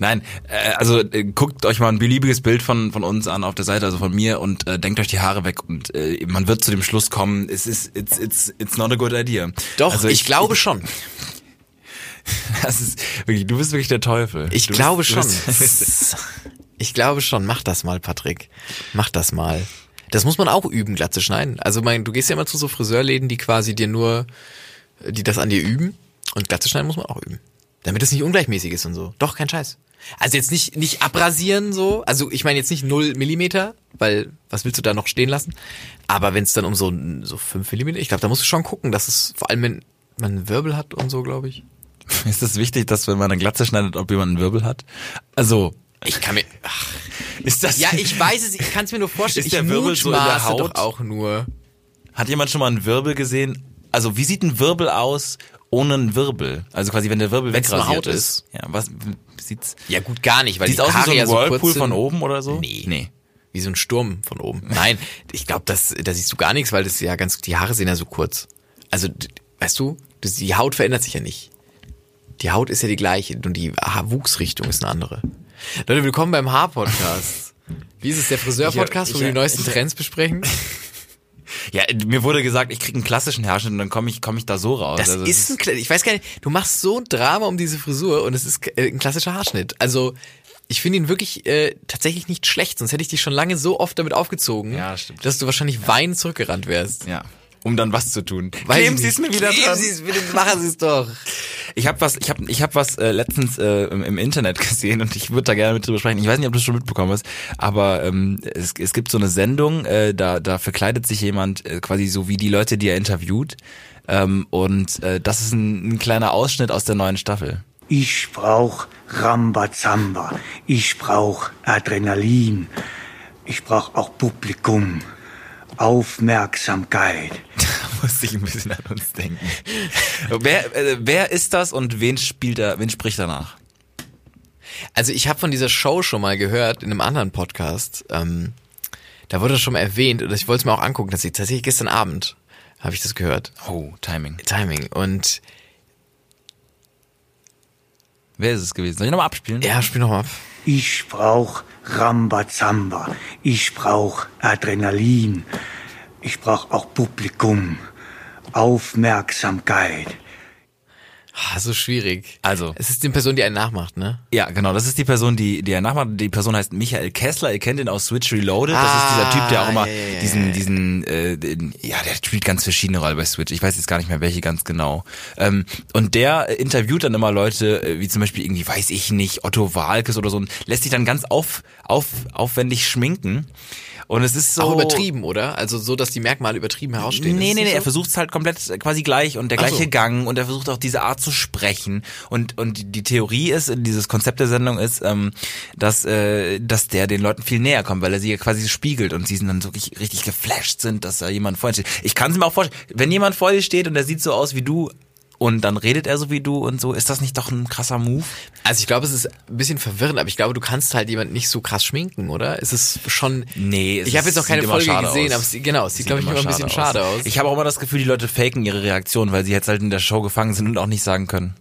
[SPEAKER 1] Nein, äh, also äh, guckt euch mal ein beliebiges Bild von, von uns an auf der Seite, also von mir, und äh, denkt euch die Haare weg und äh, man wird zu dem Schluss kommen, es ist, it's, it's, it's not a good idea.
[SPEAKER 2] Doch,
[SPEAKER 1] also
[SPEAKER 2] ich glaube schon.
[SPEAKER 1] Das ist *laughs* wirklich, du bist wirklich der Teufel.
[SPEAKER 2] Ich
[SPEAKER 1] du
[SPEAKER 2] glaube
[SPEAKER 1] bist, *laughs*
[SPEAKER 2] schon.
[SPEAKER 1] Du bist,
[SPEAKER 2] *laughs* Ich glaube schon. Mach das mal, Patrick. Mach das mal. Das muss man auch üben, glatt zu schneiden. Also mein, du gehst ja immer zu so Friseurläden, die quasi dir nur, die das an dir üben. Und glatt zu schneiden muss man auch üben. Damit es nicht ungleichmäßig ist und so. Doch, kein Scheiß. Also jetzt nicht, nicht abrasieren so. Also ich meine jetzt nicht 0 Millimeter, weil was willst du da noch stehen lassen? Aber wenn es dann um so, so 5 Millimeter, ich glaube, da musst du schon gucken, dass es vor allem, wenn man einen Wirbel hat und so, glaube ich.
[SPEAKER 1] Ist es wichtig, dass wenn man eine Glatze schneidet, ob jemand einen Wirbel hat? Also,
[SPEAKER 2] Ich kann mir.
[SPEAKER 1] ist das.
[SPEAKER 2] Ja, ich weiß es, ich kann es mir nur vorstellen.
[SPEAKER 1] Ist der Wirbel so in der
[SPEAKER 2] mutmaße
[SPEAKER 1] Haut?
[SPEAKER 2] doch auch nur.
[SPEAKER 1] Hat jemand schon mal einen Wirbel gesehen? Also, wie sieht ein Wirbel aus ohne einen Wirbel? Also quasi, wenn der Wirbel
[SPEAKER 2] Wenn's nur
[SPEAKER 1] wegrasiert
[SPEAKER 2] Haut ist.
[SPEAKER 1] ist. Ja, was sieht's?
[SPEAKER 2] Ja, gut, gar nicht, weil
[SPEAKER 1] Sieht
[SPEAKER 2] die
[SPEAKER 1] aus wie
[SPEAKER 2] Haare
[SPEAKER 1] so ein
[SPEAKER 2] ja so
[SPEAKER 1] Whirlpool
[SPEAKER 2] kurz
[SPEAKER 1] von
[SPEAKER 2] sind.
[SPEAKER 1] oben oder so?
[SPEAKER 2] Nee. Wie so ein Sturm von oben. Nein, ich glaube, das, da siehst du gar nichts, weil das ja ganz, die Haare sind ja so kurz. Also, d- weißt du, das, die Haut verändert sich ja nicht. Die Haut ist ja die gleiche und die Ha- Wuchsrichtung ist eine andere. Leute, willkommen beim Haar-Podcast. Wie ist es, der Friseur-Podcast,
[SPEAKER 1] Ich-
[SPEAKER 2] wo
[SPEAKER 1] ich-
[SPEAKER 2] wir die neuesten
[SPEAKER 1] ich-
[SPEAKER 2] Trends besprechen?
[SPEAKER 1] Ja, mir wurde gesagt, ich krieg einen klassischen Haarschnitt und dann komme ich, komm ich da so raus.
[SPEAKER 2] Das
[SPEAKER 1] Also,
[SPEAKER 2] ist ein, kle- ich weiß gar nicht, du machst so ein Drama um diese Frisur und es ist k- äh, ein klassischer Haarschnitt. Also, ich finde ihn wirklich äh, tatsächlich nicht schlecht, sonst hätte ich dich schon lange so oft damit aufgezogen,
[SPEAKER 1] Ja, stimmt.
[SPEAKER 2] dass du wahrscheinlich weinend zurückgerannt wärst.
[SPEAKER 1] ja. Um dann was zu tun.
[SPEAKER 2] Weiß
[SPEAKER 1] Kleben
[SPEAKER 2] ich
[SPEAKER 1] Sie es
[SPEAKER 2] nicht.
[SPEAKER 1] mir wieder
[SPEAKER 2] Kleben
[SPEAKER 1] dran.
[SPEAKER 2] Sie es, bitte *laughs* machen Sie es doch.
[SPEAKER 1] Ich habe was, ich habe, ich habe was äh, letztens äh, im, im Internet *laughs* gesehen und ich würde da gerne mit drüber sprechen. Ich weiß nicht, ob du es schon mitbekommen hast, aber ähm, es, es gibt so eine Sendung, äh, da, da verkleidet sich jemand äh, quasi so wie die Leute, die er interviewt. Ähm, und äh, das ist ein, ein kleiner Ausschnitt aus der neuen Staffel.
[SPEAKER 5] Ich brauch Rambazamba. Ich brauch Adrenalin. Ich brauch auch Publikum. Aufmerksamkeit.
[SPEAKER 1] Muss ich ein bisschen an uns denken. wer, äh, wer ist das und wen spielt er, wen spricht er nach?
[SPEAKER 2] Also ich habe von dieser Show schon mal gehört in einem anderen Podcast. Ähm, da wurde das schon mal erwähnt und ich wollte es mir auch angucken. Das ist tatsächlich gestern Abend habe ich das gehört.
[SPEAKER 1] Oh, Timing.
[SPEAKER 2] Timing. Und
[SPEAKER 1] Wer ist es gewesen? Soll ich nochmal abspielen?
[SPEAKER 2] ja, spiel nochmal ab.
[SPEAKER 5] Ich brauch Rambazamba. Ich brauch Adrenalin. Ich brauch auch Publikum. Aufmerksamkeit.
[SPEAKER 2] Ah, so schwierig.
[SPEAKER 1] Also.
[SPEAKER 2] Es ist die Person, die einen nachmacht, ne?
[SPEAKER 1] Ja, genau. Das ist die Person, die, die er nachmacht. Die Person heißt Michael Kessler. Ihr kennt ihn aus Switch Reloaded. Das ist dieser
[SPEAKER 2] Ah,
[SPEAKER 1] Typ, der auch immer
[SPEAKER 2] ja, ja, ja,
[SPEAKER 1] diesen, diesen, äh, den, ja, der spielt ganz verschiedene Rollen bei Switch. Ich weiß jetzt gar nicht mehr, welche ganz genau. Ähm, und der äh, interviewt dann immer Leute, äh, wie zum Beispiel irgendwie, weiß ich nicht, Otto Walkes oder so, und lässt sich dann ganz auf, auf, aufwendig schminken. Und es ist so.
[SPEAKER 2] Auch übertrieben, oder? Also so, dass die Merkmale übertrieben herausstehen.
[SPEAKER 1] Nee,
[SPEAKER 2] Ist
[SPEAKER 1] nee,
[SPEAKER 2] das
[SPEAKER 1] nee, er
[SPEAKER 2] so?
[SPEAKER 1] versucht es halt komplett äh, quasi gleich und der
[SPEAKER 2] Ach
[SPEAKER 1] gleiche
[SPEAKER 2] so.
[SPEAKER 1] Gang und er versucht auch diese Art zu sprechen. Und, und die- die Theorie ist, äh, dieses Konzept der Sendung ist, ähm, dass, äh, dass der den Leuten viel näher kommt, weil er sie ja quasi spiegelt und sie sind dann wirklich richtig geflasht sind, dass da jemand vor ihnen steht. Ich kann es mir auch vorstellen, wenn jemand vor dir steht und der sieht so aus wie du und dann redet er so wie du und so, ist das nicht doch ein krasser Move?
[SPEAKER 2] Also ich glaube, es ist ein bisschen verwirrend, aber ich glaube, du kannst halt jemanden nicht so krass schminken, oder? Es ist schon.
[SPEAKER 1] Nee, es
[SPEAKER 2] ich habe
[SPEAKER 1] ist-
[SPEAKER 2] jetzt noch keine
[SPEAKER 1] sieht immer
[SPEAKER 2] Folge
[SPEAKER 1] schade
[SPEAKER 2] gesehen,
[SPEAKER 1] aus.
[SPEAKER 2] aber es, genau, es sieht, glaube ich, immer ein bisschen schade aus.
[SPEAKER 1] Ich habe auch immer das Gefühl, die Leute faken ihre Reaktion, weil sie jetzt halt in der Show gefangen sind und auch nicht sagen können.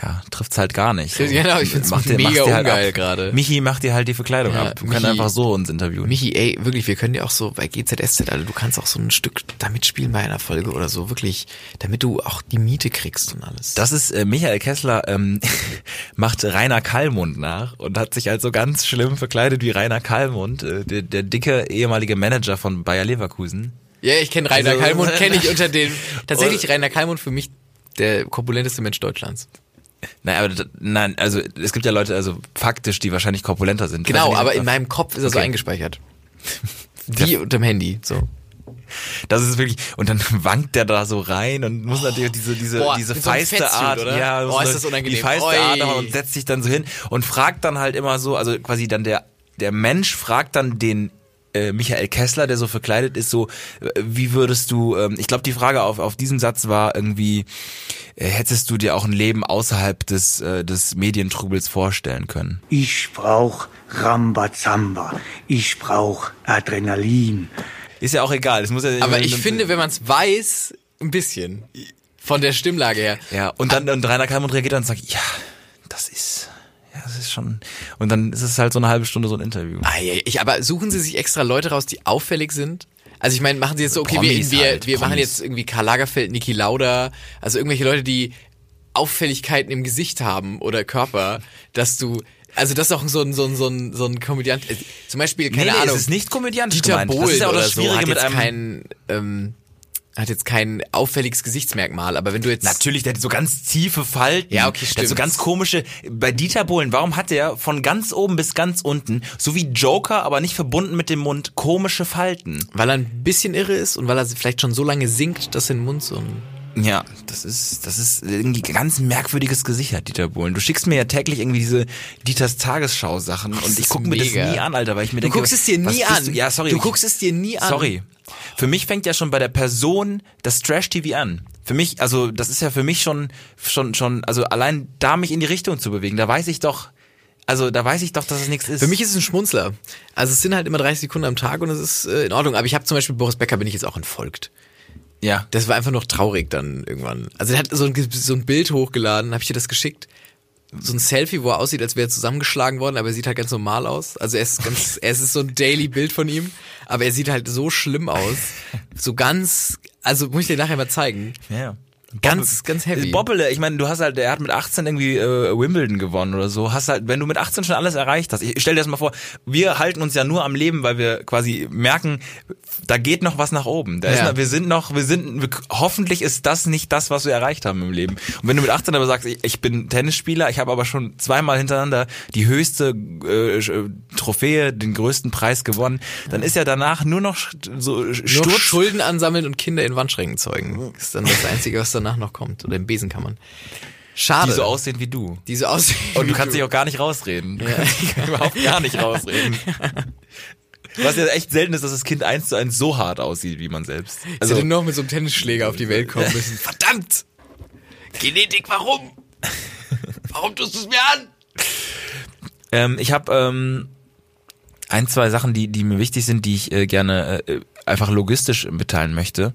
[SPEAKER 1] Ja, trifft's halt gar nicht. So,
[SPEAKER 2] *laughs* Genau, ich find's
[SPEAKER 1] mach dir-
[SPEAKER 2] mega
[SPEAKER 1] mach's dir halt
[SPEAKER 2] ungeil
[SPEAKER 1] ab.
[SPEAKER 2] gerade.
[SPEAKER 1] Michi macht dir halt die Verkleidung
[SPEAKER 2] Ja,
[SPEAKER 1] ab. Wir können
[SPEAKER 2] Michi-
[SPEAKER 1] einfach so uns interviewen.
[SPEAKER 2] Michi, ey, wirklich, wir können dir auch so bei GZSZ, also du kannst auch so ein Stück da mitspielen bei einer Folge oder so, wirklich, damit du auch die Miete kriegst und alles.
[SPEAKER 1] Das ist äh, Michael Kessler ähm, *laughs* macht Rainer Kallmund nach und hat sich also ganz schlimm verkleidet wie Rainer Kallmund, äh, der, der dicke ehemalige Manager von Bayer Leverkusen.
[SPEAKER 2] ja, ich kenne Rainer
[SPEAKER 1] Also-
[SPEAKER 2] Kalmund, kenne ich
[SPEAKER 1] *laughs*
[SPEAKER 2] unter den. Tatsächlich
[SPEAKER 1] Und-
[SPEAKER 2] Rainer Kalmund für mich der korpulenteste Mensch Deutschlands.
[SPEAKER 1] Nein, aber das- nein, also es gibt ja Leute, also faktisch, die wahrscheinlich korpulenter sind. Weiß ich
[SPEAKER 2] Genau,
[SPEAKER 1] nicht, also,
[SPEAKER 2] aber
[SPEAKER 1] ob
[SPEAKER 2] in
[SPEAKER 1] das-
[SPEAKER 2] meinem Kopf ist er so
[SPEAKER 1] Okay.
[SPEAKER 2] *laughs* eingespeichert. Wie unter dem Handy, so.
[SPEAKER 1] Das ist wirklich und dann *laughs* wankt der da so rein und muss natürlich diese diese
[SPEAKER 2] Oh. Boah,
[SPEAKER 1] diese
[SPEAKER 2] mit so einem
[SPEAKER 1] feiste
[SPEAKER 2] Fettsuit,
[SPEAKER 1] Art,
[SPEAKER 2] oder?
[SPEAKER 1] ja,
[SPEAKER 2] Oh,
[SPEAKER 1] muss
[SPEAKER 2] ist
[SPEAKER 1] so
[SPEAKER 2] das unangenehm.
[SPEAKER 1] Die feiste
[SPEAKER 2] Oi.
[SPEAKER 1] Art aber und setzt sich dann so hin und fragt dann halt immer so, also quasi dann der der Mensch fragt dann den äh, Michael Kessler, der so verkleidet ist, so, äh, wie würdest du, ähm, ich glaube, die Frage auf, auf diesen Satz war irgendwie, äh, hättest du dir auch ein Leben außerhalb des, äh, des Medientrubels vorstellen können?
[SPEAKER 5] Ich brauch Rambazamba. Ich brauch Adrenalin.
[SPEAKER 1] Ist ja auch egal. Das muss ja
[SPEAKER 2] Aber ich finde, wenn man es weiß, ein bisschen. Von der Stimmlage her.
[SPEAKER 1] ja und dann und Rainer Kalmund reagiert dann und sagt, ja, das ist ja, das ist schon und dann ist es halt so eine halbe Stunde so ein Interview.
[SPEAKER 2] Ah, ja, ich, aber suchen Sie sich extra Leute raus, die auffällig sind? Also ich meine, machen Sie jetzt so, okay,
[SPEAKER 1] Promis
[SPEAKER 2] wir, wir,
[SPEAKER 1] halt,
[SPEAKER 2] wir machen
[SPEAKER 1] Promis.
[SPEAKER 2] jetzt irgendwie Karl Lagerfeld, Niki Lauda, also irgendwelche Leute, die Auffälligkeiten im Gesicht haben oder Körper, dass du, also das ist auch so ein, so ein, so ein, so ein Komödiant, äh, zum Beispiel, keine Ahnung.
[SPEAKER 1] es ist nicht komödiantisch
[SPEAKER 2] Dieter
[SPEAKER 1] gemeint.
[SPEAKER 2] Bohlen
[SPEAKER 1] das ist ja auch
[SPEAKER 2] oder
[SPEAKER 1] das Schwierige
[SPEAKER 2] so, hat
[SPEAKER 1] mit
[SPEAKER 2] jetzt
[SPEAKER 1] einem
[SPEAKER 2] kein, ähm, hat jetzt kein auffälliges Gesichtsmerkmal, aber wenn du jetzt...
[SPEAKER 1] Natürlich, der hat so ganz tiefe Falten.
[SPEAKER 2] Ja, okay,
[SPEAKER 1] Der hat
[SPEAKER 2] stimmt.
[SPEAKER 1] so ganz komische. Bei Dieter Bohlen, warum hat der von ganz oben bis ganz unten, so wie Joker, aber nicht verbunden mit dem Mund, komische Falten?
[SPEAKER 2] Weil er ein bisschen irre ist und weil er vielleicht schon so lange singt, dass sein Mund so ein
[SPEAKER 1] Ja, das ist, das ist irgendwie ganz merkwürdiges Gesicht hat Dieter Bohlen. Du schickst mir ja täglich irgendwie diese Dieters Tagesschau-Sachen und ich
[SPEAKER 2] ist
[SPEAKER 1] gucke mir das
[SPEAKER 2] mega.
[SPEAKER 1] nie an, Alter, weil ich mir
[SPEAKER 2] Du
[SPEAKER 1] denke,
[SPEAKER 2] guckst es dir
[SPEAKER 1] was
[SPEAKER 2] nie
[SPEAKER 1] bist
[SPEAKER 2] an.
[SPEAKER 1] Du? Ja, sorry.
[SPEAKER 2] Du
[SPEAKER 1] ich-
[SPEAKER 2] guckst es dir nie an.
[SPEAKER 1] Sorry. Für mich fängt ja schon bei der Person das Trash-TV an. Für mich, also das ist ja für mich schon, schon, schon, also allein da mich in die Richtung zu bewegen, da weiß ich doch, also da weiß ich doch, dass es nichts ist.
[SPEAKER 2] Für mich ist es ein Schmunzler. Also es sind halt immer 30 Sekunden am Tag und es ist äh, in Ordnung. Aber ich habe zum Beispiel Boris Becker bin ich jetzt auch entfolgt.
[SPEAKER 1] ja.
[SPEAKER 2] Das war einfach noch traurig dann irgendwann. Also er hat so ein, Ge- so ein Bild hochgeladen, habe ich dir das geschickt. So ein Selfie, wo er aussieht, als wäre er zusammengeschlagen worden, aber er sieht halt ganz normal aus. Also er ist
[SPEAKER 1] *laughs*
[SPEAKER 2] ganz, es ist so ein Daily-Bild von ihm, aber er sieht halt so schlimm aus. So ganz, also muss ich dir nachher mal zeigen.
[SPEAKER 1] Ja.
[SPEAKER 2] Ganz, ganz heavy.
[SPEAKER 1] Bobbele, Äh, ich meine, du hast halt, er hat mit 18 irgendwie äh, Wimbledon gewonnen oder so. Hast halt, wenn du mit 18 schon alles erreicht hast, ich stell dir das mal vor, wir halten uns ja nur am Leben, weil wir quasi merken, da geht noch was nach oben. Da ist
[SPEAKER 2] Ja.
[SPEAKER 1] noch, wir sind noch, wir sind, wir, hoffentlich ist das nicht das, was wir erreicht haben im Leben. Und wenn du mit 18 aber sagst, ich, ich bin Tennisspieler, ich habe aber schon zweimal hintereinander die höchste äh, äh, Trophäe, den größten Preis gewonnen, dann ist ja danach nur noch st- so
[SPEAKER 2] Nur
[SPEAKER 1] Sturz.
[SPEAKER 2] Schulden ansammeln und Kinder in Wandschränken zeugen. Ist dann das Einzige, was danach noch kommt. Oder in Besenkammern. Schade.
[SPEAKER 1] die so aussehen wie du.
[SPEAKER 2] die so aussehen.
[SPEAKER 1] Und
[SPEAKER 2] wie
[SPEAKER 1] du kannst dich auch gar nicht rausreden. Du kannst dich *laughs* überhaupt gar nicht rausreden. Was ja echt selten ist, dass das Kind eins zu eins so hart aussieht wie man selbst.
[SPEAKER 2] Also,
[SPEAKER 1] Also
[SPEAKER 2] hätte noch mit so einem Tennisschläger auf die Welt kommen müssen. *laughs* Verdammt! Genetik, *laughs* warum? Warum tust du es mir an?
[SPEAKER 1] ähm, ich habe ähm, ein, zwei Sachen, die, die mir wichtig sind, die ich äh, gerne äh, einfach logistisch mitteilen möchte.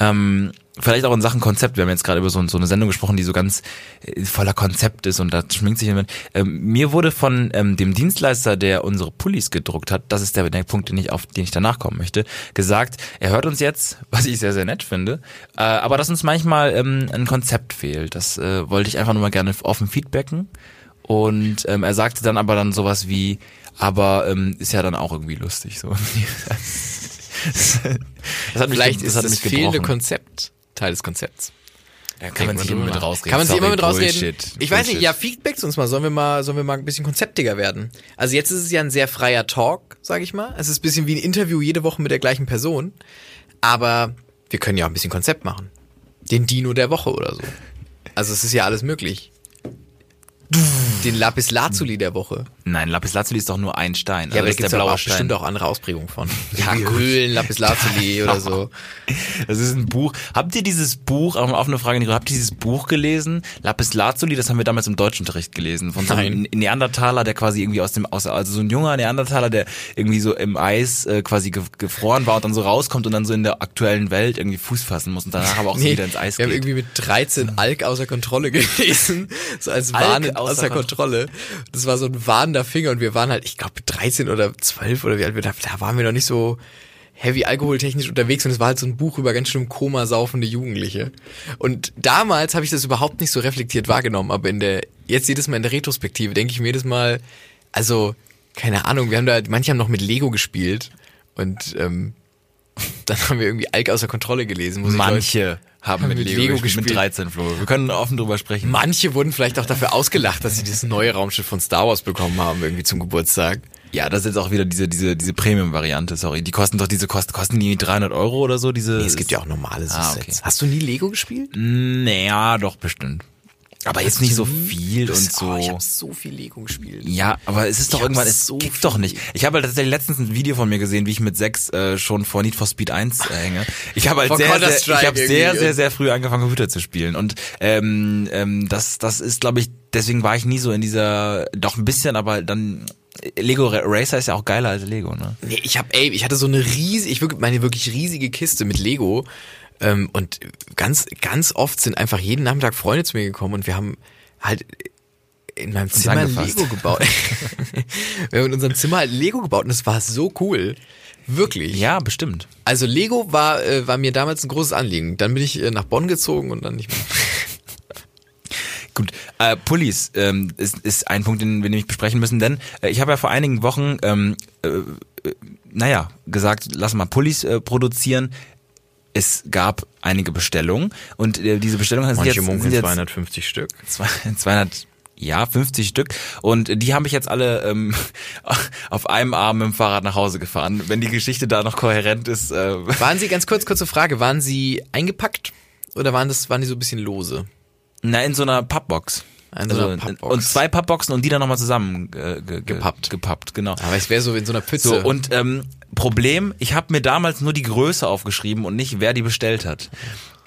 [SPEAKER 1] Ähm, vielleicht auch in Sachen Konzept. Wir haben jetzt gerade über so, so eine Sendung gesprochen, die so ganz äh, voller Konzept ist und da schminkt sich jemand. Ähm, mir wurde von ähm, dem Dienstleister, der unsere Pullis gedruckt hat, das ist der, der Punkt, den ich, auf den ich danach kommen möchte, gesagt, er hört uns jetzt, *laughs* was ich sehr, sehr nett finde, äh, aber dass uns manchmal ähm, ein Konzept fehlt. Das äh, wollte ich einfach nur mal gerne offen feedbacken. Und ähm, er sagte dann aber dann sowas wie, aber ähm, ist ja dann auch irgendwie lustig. So. *laughs* Das hat mich,
[SPEAKER 2] Vielleicht
[SPEAKER 1] das
[SPEAKER 2] ist
[SPEAKER 1] hat
[SPEAKER 2] das
[SPEAKER 1] mich
[SPEAKER 2] fehlende
[SPEAKER 1] gebrochen.
[SPEAKER 2] Konzept Teil des Konzepts.
[SPEAKER 1] Da kann man sich immer mit rausreden.
[SPEAKER 2] Kann man sich
[SPEAKER 1] Sorry,
[SPEAKER 2] immer mit rausreden?
[SPEAKER 1] Bullshit.
[SPEAKER 2] Ich weiß
[SPEAKER 1] Bullshit.
[SPEAKER 2] nicht, ja, Feedbacks uns mal. Sollen wir mal, sollen wir mal ein bisschen konzeptiger werden? Also jetzt ist es ja ein sehr freier Talk, sag ich mal. Es ist ein bisschen wie ein Interview jede Woche mit der gleichen Person. Aber wir können ja auch ein bisschen Konzept machen. Den Dino der Woche oder so. Also es ist ja alles möglich. Den Lapis Lazuli der Woche.
[SPEAKER 1] Nein, Lapis Lazuli ist doch nur ein Stein. Also
[SPEAKER 2] Ja, aber da
[SPEAKER 1] das
[SPEAKER 2] gibt
[SPEAKER 1] ist
[SPEAKER 2] es
[SPEAKER 1] der blaue
[SPEAKER 2] auch
[SPEAKER 1] Stein.
[SPEAKER 2] bestimmt auch andere Ausprägungen von. Ja, Höhlen,
[SPEAKER 1] *laughs*
[SPEAKER 2] Lapis Lazuli oder so.
[SPEAKER 1] Das ist ein Buch. Habt ihr dieses Buch, auch mal offene Frage, Nico, habt ihr dieses Buch gelesen? Lapis Lazuli, das haben wir damals im Deutschunterricht gelesen. Von so einem
[SPEAKER 2] Nein.
[SPEAKER 1] Neandertaler, der quasi irgendwie aus dem, aus, also so ein junger Neandertaler, der irgendwie so im Eis äh, quasi ge gefroren war und dann so rauskommt und dann so in der aktuellen Welt irgendwie Fuß fassen muss und danach aber auch so wieder ins Eis
[SPEAKER 2] wir
[SPEAKER 1] geht.
[SPEAKER 2] haben irgendwie mit 13 Alk außer Kontrolle *laughs* gelesen. So als
[SPEAKER 1] Alk
[SPEAKER 2] Warnen
[SPEAKER 1] außer
[SPEAKER 2] außer, Kontrolle. Das war so ein warnender Finger und wir waren halt, ich glaube, 13 oder 12 oder wie alt wir da, da waren wir noch nicht so heavy alkoholtechnisch unterwegs und es war halt so ein Buch über ganz schlimm Koma saufende Jugendliche. Und damals habe ich das überhaupt nicht so reflektiert wahrgenommen, aber in der, jetzt jedes Mal in der Retrospektive denke ich mir jedes Mal, also, keine Ahnung, wir haben da, manche haben noch mit Lego gespielt und, ähm, *laughs* dann haben wir irgendwie Alk außer Kontrolle gelesen. Wo sich Leute-
[SPEAKER 1] Manche haben mit, Lego, gespielt. Mit 13, Flo. Wir können offen drüber sprechen.
[SPEAKER 2] Manche wurden vielleicht auch dafür ausgelacht, dass sie dieses neue Raumschiff von Star Wars bekommen haben, irgendwie zum Geburtstag.
[SPEAKER 1] Ja, das ist jetzt auch wieder diese, diese, diese Premium-Variante, sorry. Die kosten doch diese, kosten, kosten die 300 Euro oder so, diese.
[SPEAKER 2] Nee, es gibt ja auch normale
[SPEAKER 1] Ah, okay.
[SPEAKER 2] Sets. Hast du nie Lego gespielt?
[SPEAKER 1] Naja, doch, bestimmt. Aber jetzt nicht so viel und so.
[SPEAKER 2] Oh, ich habe so viel Lego gespielt.
[SPEAKER 1] ja, aber es ist doch
[SPEAKER 2] Ich hab
[SPEAKER 1] irgendwann, es
[SPEAKER 2] so
[SPEAKER 1] kickt doch nicht. Ich habe halt tatsächlich letztens ein Video von mir gesehen, wie ich mit sechs äh, schon vor Need for Speed 1 äh, hänge. Ich habe halt
[SPEAKER 2] Vor
[SPEAKER 1] sehr, sehr,
[SPEAKER 2] Counter-Strike
[SPEAKER 1] ich habe sehr,
[SPEAKER 2] irgendwie.
[SPEAKER 1] sehr, sehr früh angefangen, Computer zu spielen. Und ähm, ähm, das, das ist, glaube ich, deswegen war ich nie so in dieser, doch ein bisschen, aber dann äh, Lego Ra- Racer ist ja auch geiler als Lego, ne?
[SPEAKER 2] Nee, ich habe, ey, ich hatte so eine riesige, ich wirklich, meine wirklich riesige Kiste mit Lego. Ähm, und ganz, ganz oft sind einfach jeden Nachmittag Freunde zu mir gekommen und wir haben halt in meinem Zimmer
[SPEAKER 1] angefasst.
[SPEAKER 2] Lego gebaut. *laughs* wir haben in unserem Zimmer halt Lego gebaut und es war so cool. Wirklich.
[SPEAKER 1] Ja, bestimmt.
[SPEAKER 2] Also Lego war, äh, war mir damals ein großes Anliegen. Dann bin ich äh, nach Bonn gezogen und dann nicht mehr.
[SPEAKER 1] Gut, äh, Pullis ähm, ist, ist ein Punkt, den wir nämlich besprechen müssen, denn äh, ich habe ja vor einigen Wochen, ähm, äh, äh, naja, gesagt, lass mal Pullis äh, produzieren. Es gab einige Bestellungen und äh, diese Bestellungen sind jetzt, sind jetzt
[SPEAKER 2] 250 Stück.
[SPEAKER 1] zwei- *laughs* 200, ja, 50 Stück und äh, die habe ich jetzt alle ähm, *laughs* auf einem Arm mit dem Fahrrad nach Hause gefahren. Wenn die Geschichte da noch kohärent ist, äh, *laughs*
[SPEAKER 2] Waren Sie, ganz kurz, kurze Frage, waren Sie eingepackt oder waren das waren die so ein bisschen lose?
[SPEAKER 1] Na, in so einer Pappbox. Also,
[SPEAKER 2] In so einer Pappbox.
[SPEAKER 1] Und zwei Pappboxen und die dann nochmal zusammen äh, ge, ge,
[SPEAKER 2] Gepappt. Ah,
[SPEAKER 1] Gepappt, genau.
[SPEAKER 2] Aber es wäre so in so einer Pfütze.
[SPEAKER 1] So, und ähm, Problem, ich habe mir damals nur die Größe aufgeschrieben und nicht, wer die bestellt hat.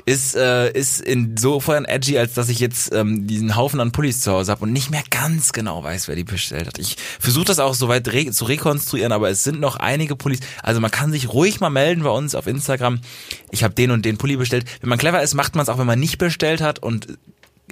[SPEAKER 1] Ist, äh, ist insofern edgy, als dass ich jetzt ähm, diesen Haufen an Pullis zu Hause habe und nicht mehr ganz genau weiß, wer die bestellt hat. Ich versuche das auch soweit re zu rekonstruieren, aber es sind noch einige Pullis. Also man kann sich ruhig mal melden bei uns auf Instagram. Ich habe den und den Pulli bestellt. Wenn man clever ist, macht man es auch, wenn man nicht bestellt hat und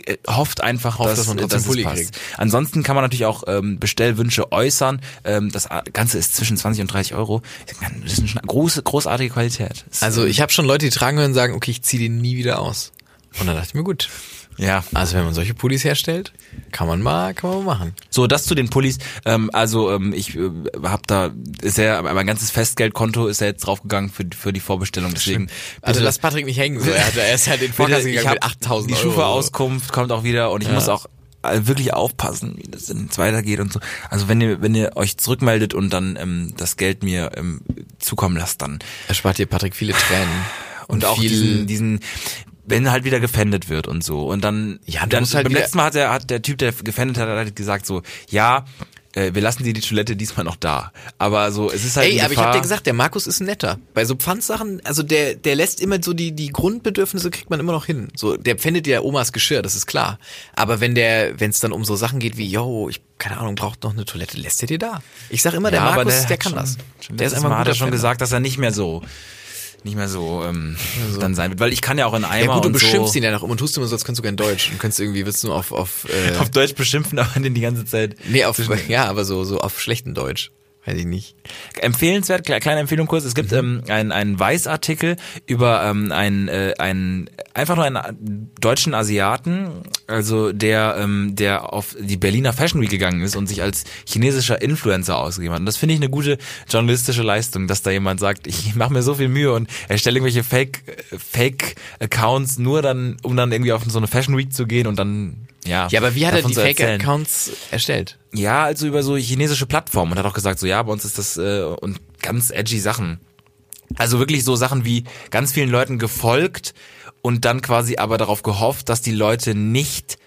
[SPEAKER 1] äh, hofft einfach,
[SPEAKER 2] Hofft,
[SPEAKER 1] dass,
[SPEAKER 2] dass man trotzdem
[SPEAKER 1] es
[SPEAKER 2] Pulli
[SPEAKER 1] passt.
[SPEAKER 2] kriegt.
[SPEAKER 1] Ansonsten kann man natürlich auch ähm, Bestellwünsche äußern. Ähm, das A- Ganze ist zwischen 20 und 30 Euro. Das ist eine schna- große, großartige Qualität. Das-
[SPEAKER 2] also ich habe schon Leute, die tragen hören, sagen, okay, ich ziehe den nie wieder aus. Und dann dachte ich mir, gut.
[SPEAKER 1] ja.
[SPEAKER 2] Also wenn man solche Pullis herstellt, kann man mal, kann man mal machen.
[SPEAKER 1] So, das zu den Pullis. Ähm, also ähm, ich äh, habe da ist ja mein ganzes Festgeldkonto ist ja jetzt draufgegangen für, für die Vorbestellung. Deswegen
[SPEAKER 2] Also
[SPEAKER 1] bitte-
[SPEAKER 2] lass Patrick nicht hängen. So, er, hat, er ist halt in den Vorkast
[SPEAKER 1] bitte, ich
[SPEAKER 2] gegangen mit
[SPEAKER 1] hab-
[SPEAKER 2] 8000
[SPEAKER 1] Die
[SPEAKER 2] Euro.
[SPEAKER 1] Schufa-Auskunft kommt auch wieder und ich muss auch äh, wirklich aufpassen, wie das denn jetzt weitergeht und so. Also wenn ihr wenn ihr euch zurückmeldet und dann ähm, das Geld mir ähm, zukommen lasst, dann
[SPEAKER 2] Erspart dir Patrick viele Tränen.
[SPEAKER 1] und auch
[SPEAKER 2] viel,
[SPEAKER 1] diesen, diesen wenn halt wieder gefändet wird und so und dann
[SPEAKER 2] Ja, du
[SPEAKER 1] dann
[SPEAKER 2] musst halt
[SPEAKER 1] beim
[SPEAKER 2] wieder-
[SPEAKER 1] letzten Mal hat der hat der Typ der gefändet hat hat gesagt so ja äh, wir lassen dir die Toilette diesmal noch da aber so es ist halt
[SPEAKER 2] Ey,
[SPEAKER 1] in
[SPEAKER 2] aber ich hab
[SPEAKER 1] Gefahr.
[SPEAKER 2] dir gesagt, der Markus ist ein netter. Bei so Pfandsachen, also der, der lässt immer so die, die Grundbedürfnisse kriegt man immer noch hin. So, der pfändet ja Omas Geschirr, das ist klar. Aber wenn der, wenn es dann um so Sachen geht wie, yo, ich, keine Ahnung, braucht noch eine Toilette, lässt er dir da. Ich sag immer, der
[SPEAKER 1] aber
[SPEAKER 2] Markus, der,
[SPEAKER 1] hat
[SPEAKER 2] kann
[SPEAKER 1] schon-
[SPEAKER 2] das.
[SPEAKER 1] schon
[SPEAKER 2] der ist
[SPEAKER 1] letztes
[SPEAKER 2] einfach
[SPEAKER 1] Mal
[SPEAKER 2] ein
[SPEAKER 1] hat
[SPEAKER 2] guter
[SPEAKER 1] er schon
[SPEAKER 2] Pfänder.
[SPEAKER 1] gesagt dass er nicht mehr so nicht mehr so, ähm, dann sein wird weil ich kann ja auch in Eimer
[SPEAKER 2] Ja gut, du
[SPEAKER 1] und
[SPEAKER 2] beschimpfst
[SPEAKER 1] so
[SPEAKER 2] ihn ja noch immer und tust immer so, als könntest du kein Deutsch und könntest irgendwie, willst du nur auf, auf, äh,
[SPEAKER 1] *laughs* auf Deutsch beschimpfen aber den die ganze Zeit
[SPEAKER 2] nee, auf, ja, aber so, so auf schlechten Deutsch. Weiß ich nicht.
[SPEAKER 1] empfehlenswert, kle- kleine Empfehlung kurz. Es
[SPEAKER 2] Mhm.
[SPEAKER 1] gibt ähm, einen, einen Weißartikel über ähm, einen, äh, einen einfach nur einen äh, deutschen Asiaten, also der, ähm, der auf die Berliner Fashion Week gegangen ist und sich als chinesischer Influencer ausgegeben hat. Und das finde ich eine gute journalistische Leistung, dass da jemand sagt, *laughs* ich mache mir so viel Mühe und erstelle irgendwelche Fake, äh, Fake Accounts nur dann, um dann irgendwie auf so eine Fashion Week zu gehen und dann ja.
[SPEAKER 2] Ja, aber wie hat er
[SPEAKER 1] davon
[SPEAKER 2] die
[SPEAKER 1] zu erzählen.
[SPEAKER 2] Fake-Accounts erstellt?
[SPEAKER 1] Ja, also über so chinesische Plattformen und hat auch gesagt, so ja, bei uns ist das äh, und ganz edgy Sachen. Also wirklich so Sachen wie ganz vielen Leuten gefolgt und dann quasi aber darauf gehofft, dass die Leute nicht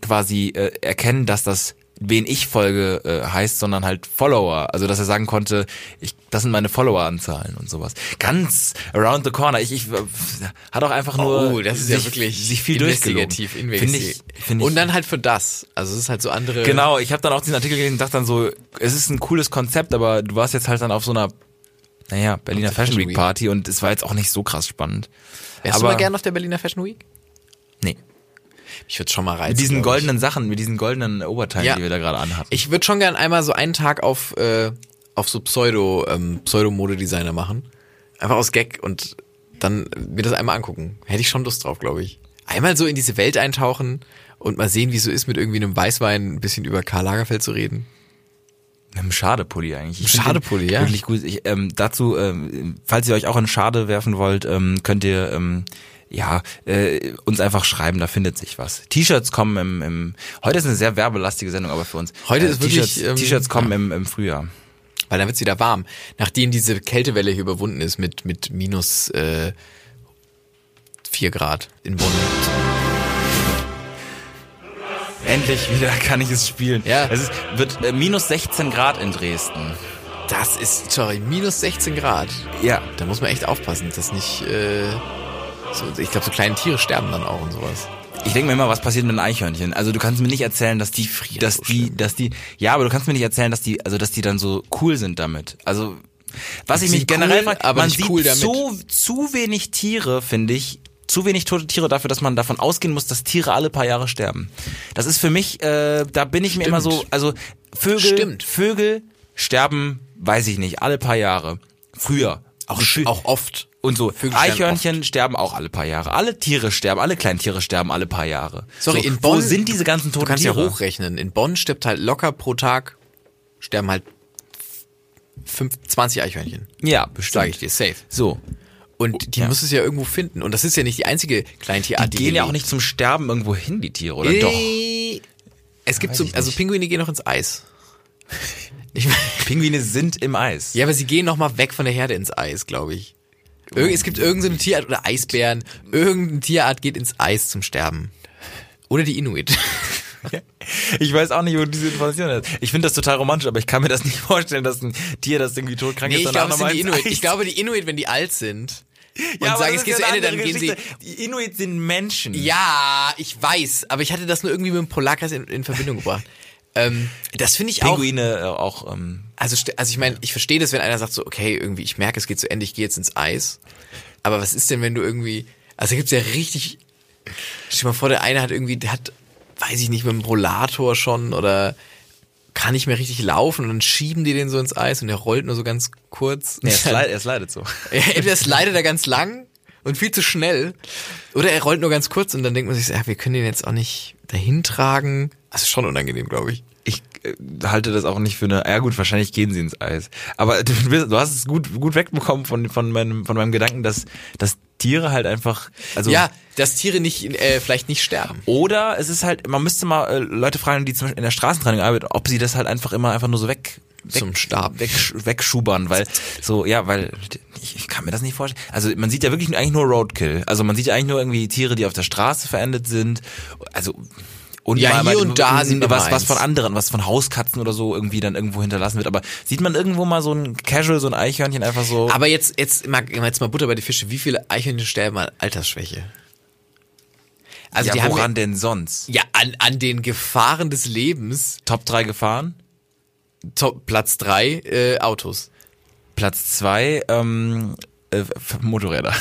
[SPEAKER 1] quasi äh, erkennen, dass das wen ich folge äh, heißt, sondern halt Follower. Also dass er sagen konnte, ich, das sind meine Follower-Anzahlen und sowas. Ganz around the corner. Ich, ich äh, hat auch einfach nur
[SPEAKER 2] Oh, das ist
[SPEAKER 1] sich,
[SPEAKER 2] ja wirklich
[SPEAKER 1] sich viel durchgelogen.
[SPEAKER 2] investigativ. investigativ.
[SPEAKER 1] Finde ich, find ich
[SPEAKER 2] Und dann halt für das. Also es ist halt so andere.
[SPEAKER 1] Genau, ich habe dann auch diesen Artikel gelesen und dachte dann so, es ist ein cooles Konzept, aber du warst jetzt halt dann auf so einer, naja, Berliner
[SPEAKER 2] Auf der
[SPEAKER 1] Fashion
[SPEAKER 2] Fashion
[SPEAKER 1] Week
[SPEAKER 2] Week.
[SPEAKER 1] Party und es war jetzt auch nicht so krass spannend.
[SPEAKER 2] Wärst
[SPEAKER 1] aber-
[SPEAKER 2] du mal gern auf der Berliner Fashion Week?
[SPEAKER 1] Nee.
[SPEAKER 2] Ich würde schon mal reizen.
[SPEAKER 1] Mit diesen
[SPEAKER 2] glaub ich.
[SPEAKER 1] goldenen Sachen, mit diesen goldenen Oberteilen,
[SPEAKER 2] Ja.
[SPEAKER 1] die wir da gerade anhatten.
[SPEAKER 2] Ich würde schon gern einmal so einen Tag auf äh, auf so Pseudo ähm, Pseudo Modedesigner machen. Einfach aus Gag und dann mir das einmal angucken. Hätte ich schon Lust drauf, glaube ich. Einmal so in diese Welt eintauchen und mal sehen, wie es so ist, mit irgendwie einem Weißwein ein bisschen über Karl Lagerfeld zu reden.
[SPEAKER 1] Mit einem Schadepulli eigentlich. Ich
[SPEAKER 2] Ein
[SPEAKER 1] find den
[SPEAKER 2] Schadepulli, ja.
[SPEAKER 1] Wirklich gut. Ich, ähm, dazu, ähm, falls ihr euch auch in Schade werfen wollt, ähm, könnt ihr ähm, ja äh, uns einfach schreiben, da findet sich was. T-Shirts kommen im, im heute ist eine sehr werbelastige Sendung, aber für uns. Äh,
[SPEAKER 2] Heute ist wirklich,
[SPEAKER 1] T-Shirts
[SPEAKER 2] ähm,
[SPEAKER 1] T-Shirts kommen im, im Frühjahr.
[SPEAKER 2] Weil dann wird's wieder warm. Nachdem diese Kältewelle hier überwunden ist mit, mit minus äh, 4 Grad in Bonn.
[SPEAKER 1] Endlich wieder kann ich es spielen.
[SPEAKER 2] Ja.
[SPEAKER 1] Es ist, wird äh, minus 16 Grad in Dresden.
[SPEAKER 2] Das ist, sorry, minus 16 Grad.
[SPEAKER 1] Ja.
[SPEAKER 2] Da muss man echt aufpassen, dass nicht, äh, so, ich glaube, so kleine Tiere sterben dann auch und sowas.
[SPEAKER 1] Ich denke mir immer, was passiert mit den Eichhörnchen? Also du kannst mir nicht erzählen, dass die,
[SPEAKER 2] frieren
[SPEAKER 1] dass
[SPEAKER 2] so
[SPEAKER 1] die,
[SPEAKER 2] schlimm.
[SPEAKER 1] dass die, ja, aber du kannst mir nicht erzählen, dass die, also dass die dann so cool sind damit. Also was ich
[SPEAKER 2] sind
[SPEAKER 1] mich generell
[SPEAKER 2] cool,
[SPEAKER 1] frage,
[SPEAKER 2] aber
[SPEAKER 1] man
[SPEAKER 2] nicht
[SPEAKER 1] sieht
[SPEAKER 2] cool damit.
[SPEAKER 1] so zu wenig Tiere, finde ich, zu wenig tote Tiere dafür, dass man davon ausgehen muss, dass Tiere alle paar Jahre sterben. Das ist für mich, äh, da bin ich mir immer so, also Vögel,
[SPEAKER 2] Stimmt.
[SPEAKER 1] Vögel sterben, weiß ich nicht, alle paar Jahre. Früher. Auch,
[SPEAKER 2] Auch oft.
[SPEAKER 1] Und so,
[SPEAKER 2] Vögel sterben
[SPEAKER 1] Eichhörnchen sterben auch alle paar Jahre. Alle Tiere sterben, alle Kleintiere sterben alle paar Jahre.
[SPEAKER 2] Sorry,
[SPEAKER 1] so,
[SPEAKER 2] in Bonn-
[SPEAKER 1] Wo sind diese ganzen
[SPEAKER 2] Du
[SPEAKER 1] toten
[SPEAKER 2] kannst
[SPEAKER 1] Tiere?
[SPEAKER 2] ja hochrechnen. In Bonn stirbt halt locker pro Tag, sterben halt fünf, 20 Eichhörnchen.
[SPEAKER 1] Ja,
[SPEAKER 2] Sage
[SPEAKER 1] bestimmt.
[SPEAKER 2] ich dir, safe.
[SPEAKER 1] So.
[SPEAKER 2] Und die
[SPEAKER 1] Oh, Ja.
[SPEAKER 2] muss es ja irgendwo finden. Und das ist ja nicht die einzige Kleintierart,
[SPEAKER 1] Die gehen ja auch
[SPEAKER 2] lebt.
[SPEAKER 1] nicht zum Sterben irgendwo hin, die Tiere, oder doch?
[SPEAKER 2] Äh, Es gibt
[SPEAKER 1] weiß
[SPEAKER 2] so,
[SPEAKER 1] ich
[SPEAKER 2] also
[SPEAKER 1] nicht.
[SPEAKER 2] Pinguine gehen noch ins Eis. Ich meine,
[SPEAKER 1] Pinguine sind im Eis.
[SPEAKER 2] ja, aber sie gehen noch mal weg von der Herde ins Eis, glaube ich. Irg es gibt irgendeine Tierart oder Eisbären. Irgendeine Tierart geht ins Eis zum Sterben. Oder die Inuit.
[SPEAKER 1] Ich weiß auch nicht, wo diese Information ist. Ich finde das total romantisch, aber ich kann mir das nicht *laughs* vorstellen, dass ein Tier, das irgendwie todkrank
[SPEAKER 2] *laughs* Nee,
[SPEAKER 1] ist,
[SPEAKER 2] ich
[SPEAKER 1] dann
[SPEAKER 2] glaube,
[SPEAKER 1] auch
[SPEAKER 2] es sind
[SPEAKER 1] nochmal
[SPEAKER 2] die
[SPEAKER 1] ins
[SPEAKER 2] Inuit.
[SPEAKER 1] Eis-
[SPEAKER 2] Ich glaube, die Inuit, wenn die alt sind und
[SPEAKER 1] ja, aber
[SPEAKER 2] sagen,
[SPEAKER 1] das
[SPEAKER 2] es
[SPEAKER 1] ist
[SPEAKER 2] geht zu
[SPEAKER 1] ja eine
[SPEAKER 2] Ende, dann
[SPEAKER 1] andere
[SPEAKER 2] gehen sie.
[SPEAKER 1] Geschichte. Die Inuit sind Menschen.
[SPEAKER 2] Ja, ich weiß, aber ich hatte das nur irgendwie mit dem Polakas in, in Verbindung gebracht. ähm, das finde ich auch.
[SPEAKER 1] Pinguine äh, auch. Ähm,
[SPEAKER 2] *laughs* Also, st- also ich meine, ich verstehe das, wenn einer sagt so, okay, irgendwie, ich merke, es geht zu Ende, ich gehe jetzt ins Eis. Aber was ist denn, wenn du irgendwie, also da gibt's ja richtig, stell dir mal vor, der eine hat irgendwie, der hat, weiß ich nicht, mit dem Rollator schon oder kann nicht mehr richtig laufen und dann schieben die den so ins Eis und der rollt nur so ganz kurz. *laughs*
[SPEAKER 1] nee, er, slide, er slidet so.
[SPEAKER 2] Ja, entweder slidet er ganz lang und viel zu schnell oder er rollt nur ganz kurz und dann denkt man sich, so, ja, wir können den jetzt auch nicht dahin tragen. Das ist schon unangenehm, glaube ich.
[SPEAKER 1] Ich äh, halte das auch nicht für eine. Ja gut, wahrscheinlich gehen sie ins Eis. Aber *laughs* du, bist- du hast es gut, gut wegbekommen von, von, meinem, von meinem Gedanken, dass, dass Tiere halt einfach. Also
[SPEAKER 2] Ja, dass Tiere nicht, äh, vielleicht nicht sterben.
[SPEAKER 1] Oder es ist halt, man müsste mal äh, Leute fragen, die zum Beispiel in der Straßentraining arbeiten, ob sie das halt einfach immer einfach nur so weg, weg
[SPEAKER 2] Zum Stab.
[SPEAKER 1] weg, wegschubern, weil so ja, weil ich, ich kann mir das nicht vorstellen. Also man sieht ja wirklich eigentlich nur Roadkill. Also man sieht ja eigentlich nur irgendwie Tiere, die auf der Straße verendet sind. Also und
[SPEAKER 2] Ja, hier und da sieht man
[SPEAKER 1] was,
[SPEAKER 2] mal
[SPEAKER 1] was
[SPEAKER 2] eins.
[SPEAKER 1] von anderen, was von Hauskatzen oder so irgendwie dann irgendwo hinterlassen wird. Aber sieht man irgendwo mal so ein Casual, so ein Eichhörnchen einfach so?
[SPEAKER 2] Aber jetzt, jetzt, mal, jetzt mal Butter bei die Fische. Wie viele Eichhörnchen sterben an Altersschwäche? Also
[SPEAKER 1] ja,
[SPEAKER 2] die
[SPEAKER 1] woran
[SPEAKER 2] haben
[SPEAKER 1] denn sonst?
[SPEAKER 2] ja an, an den Gefahren des Lebens
[SPEAKER 1] Top 3 Gefahren?
[SPEAKER 2] Top, Platz drei äh, Autos.
[SPEAKER 1] Platz 2 ähm, äh, F- Motorräder.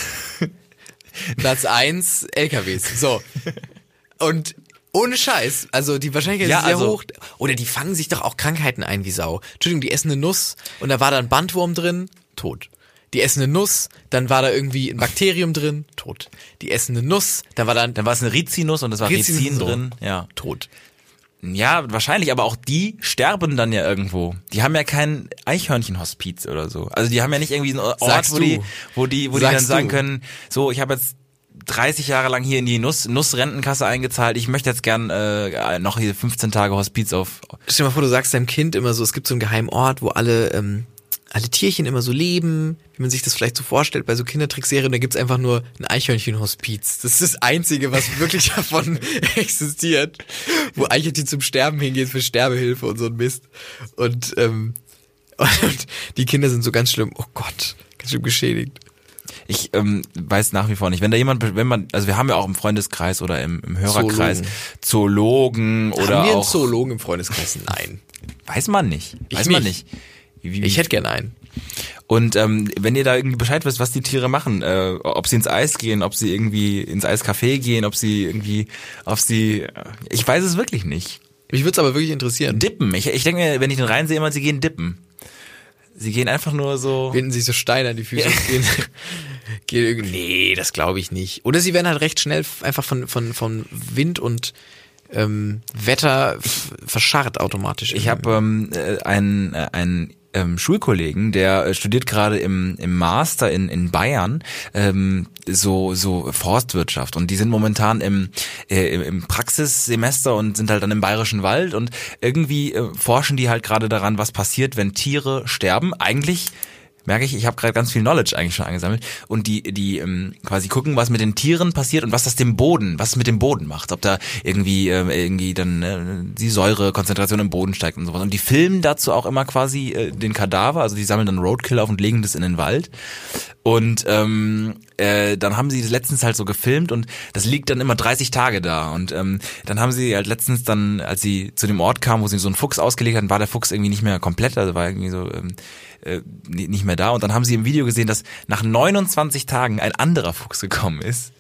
[SPEAKER 2] Platz eins LKWs. So. Und ohne Scheiß, also die Wahrscheinlichkeit
[SPEAKER 1] Ja,
[SPEAKER 2] ist sehr
[SPEAKER 1] also-
[SPEAKER 2] hoch. Oder die fangen sich doch auch Krankheiten ein wie Sau. Entschuldigung, die essen eine Nuss und da war da ein Bandwurm drin, tot. Die essen eine Nuss, dann war da irgendwie ein Bakterium drin, tot. Die essen eine Nuss, dann war da ein
[SPEAKER 1] Dann war es eine Rizinus und es war
[SPEAKER 2] Rizinus
[SPEAKER 1] Rizin
[SPEAKER 2] so.
[SPEAKER 1] drin. Ja.
[SPEAKER 2] tot.
[SPEAKER 1] ja, wahrscheinlich, aber auch die sterben dann ja irgendwo. Die haben ja kein Eichhörnchenhospiz oder so. Also die haben ja nicht irgendwie einen Ort,
[SPEAKER 2] Sagst
[SPEAKER 1] wo
[SPEAKER 2] du.
[SPEAKER 1] die, wo die, wo die
[SPEAKER 2] Sagst
[SPEAKER 1] dann sagen
[SPEAKER 2] du.
[SPEAKER 1] können, so, ich habe jetzt 30 Jahre lang hier in die Nuss, Nussrentenkasse eingezahlt, ich möchte jetzt gern äh, noch hier 15 Tage Hospiz auf.
[SPEAKER 2] Stell dir mal vor, du sagst deinem Kind immer so, es gibt so einen geheimen Ort, wo alle, ähm, alle Tierchen immer so leben, wie man sich das vielleicht so vorstellt bei so Kindertrickserien, da gibt's einfach nur ein Eichhörnchen-Hospiz. Das ist das Einzige, *laughs* was wirklich davon existiert, wo Eichhörnchen zum Sterben hingehen für Sterbehilfe und so ein Mist. Und, ähm, *laughs* und die Kinder sind so ganz schlimm, oh Gott, ganz schlimm geschädigt.
[SPEAKER 1] Ich ähm, weiß nach wie vor nicht. Wenn da jemand, wenn man, also wir haben ja auch im Freundeskreis oder im, im Hörerkreis Zoologen, oder
[SPEAKER 2] Haben wir einen
[SPEAKER 1] auch,
[SPEAKER 2] Zoologen im Freundeskreis? Nein.
[SPEAKER 1] weiß man nicht,
[SPEAKER 2] Ich
[SPEAKER 1] weiß man
[SPEAKER 2] nicht.
[SPEAKER 1] nicht. Wie-
[SPEAKER 2] Ich hätte gerne einen.
[SPEAKER 1] Und ähm, wenn ihr da irgendwie Bescheid wisst, was die Tiere machen, äh, ob sie ins Eis gehen, ob sie irgendwie ins Eiscafé gehen, ob sie irgendwie, ob sie, äh, ich weiß es wirklich nicht.
[SPEAKER 2] Mich würd's aber wirklich interessieren.
[SPEAKER 1] Dippen. Ich, ich denke mir, wenn ich den reinsehe, immer sie gehen dippen. Sie gehen einfach nur so.
[SPEAKER 2] binden sich so Steine an die Füße und gehen, *laughs* gehen irgendwie. Nee, das glaube ich nicht. Oder sie werden halt recht schnell f- einfach von, von, von Wind und ähm, Wetter f- verscharrt automatisch.
[SPEAKER 1] Ich habe ähm, äh, einen, äh, einen ähm, Schulkollegen, der äh, studiert gerade im, im Master in, in Bayern ähm, so, so Forstwirtschaft und die sind momentan im, äh, im- im Praxissemester und sind halt dann im Bayerischen Wald und irgendwie äh, forschen die halt gerade daran, was passiert, wenn Tiere sterben. Eigentlich merke ich, ich habe gerade ganz viel Knowledge eigentlich schon angesammelt und die die ähm, quasi gucken, was mit den Tieren passiert und was das dem Boden, was es mit dem Boden macht, ob da irgendwie ähm, irgendwie dann äh, die Säurekonzentration im Boden steigt und sowas und die filmen dazu auch immer quasi äh, den Kadaver, also die sammeln dann Roadkill auf und legen das in den Wald und ähm, äh, dann haben sie das letztens halt so gefilmt und das liegt dann immer 30 Tage da. Und ähm, dann haben sie halt letztens dann, als sie zu dem Ort kamen, wo sie so einen Fuchs ausgelegt hatten, war der Fuchs irgendwie nicht mehr komplett, also war irgendwie so ähm, äh, ni- nicht mehr da. Und dann haben sie im Video gesehen, dass nach 29 Tagen ein anderer Fuchs gekommen ist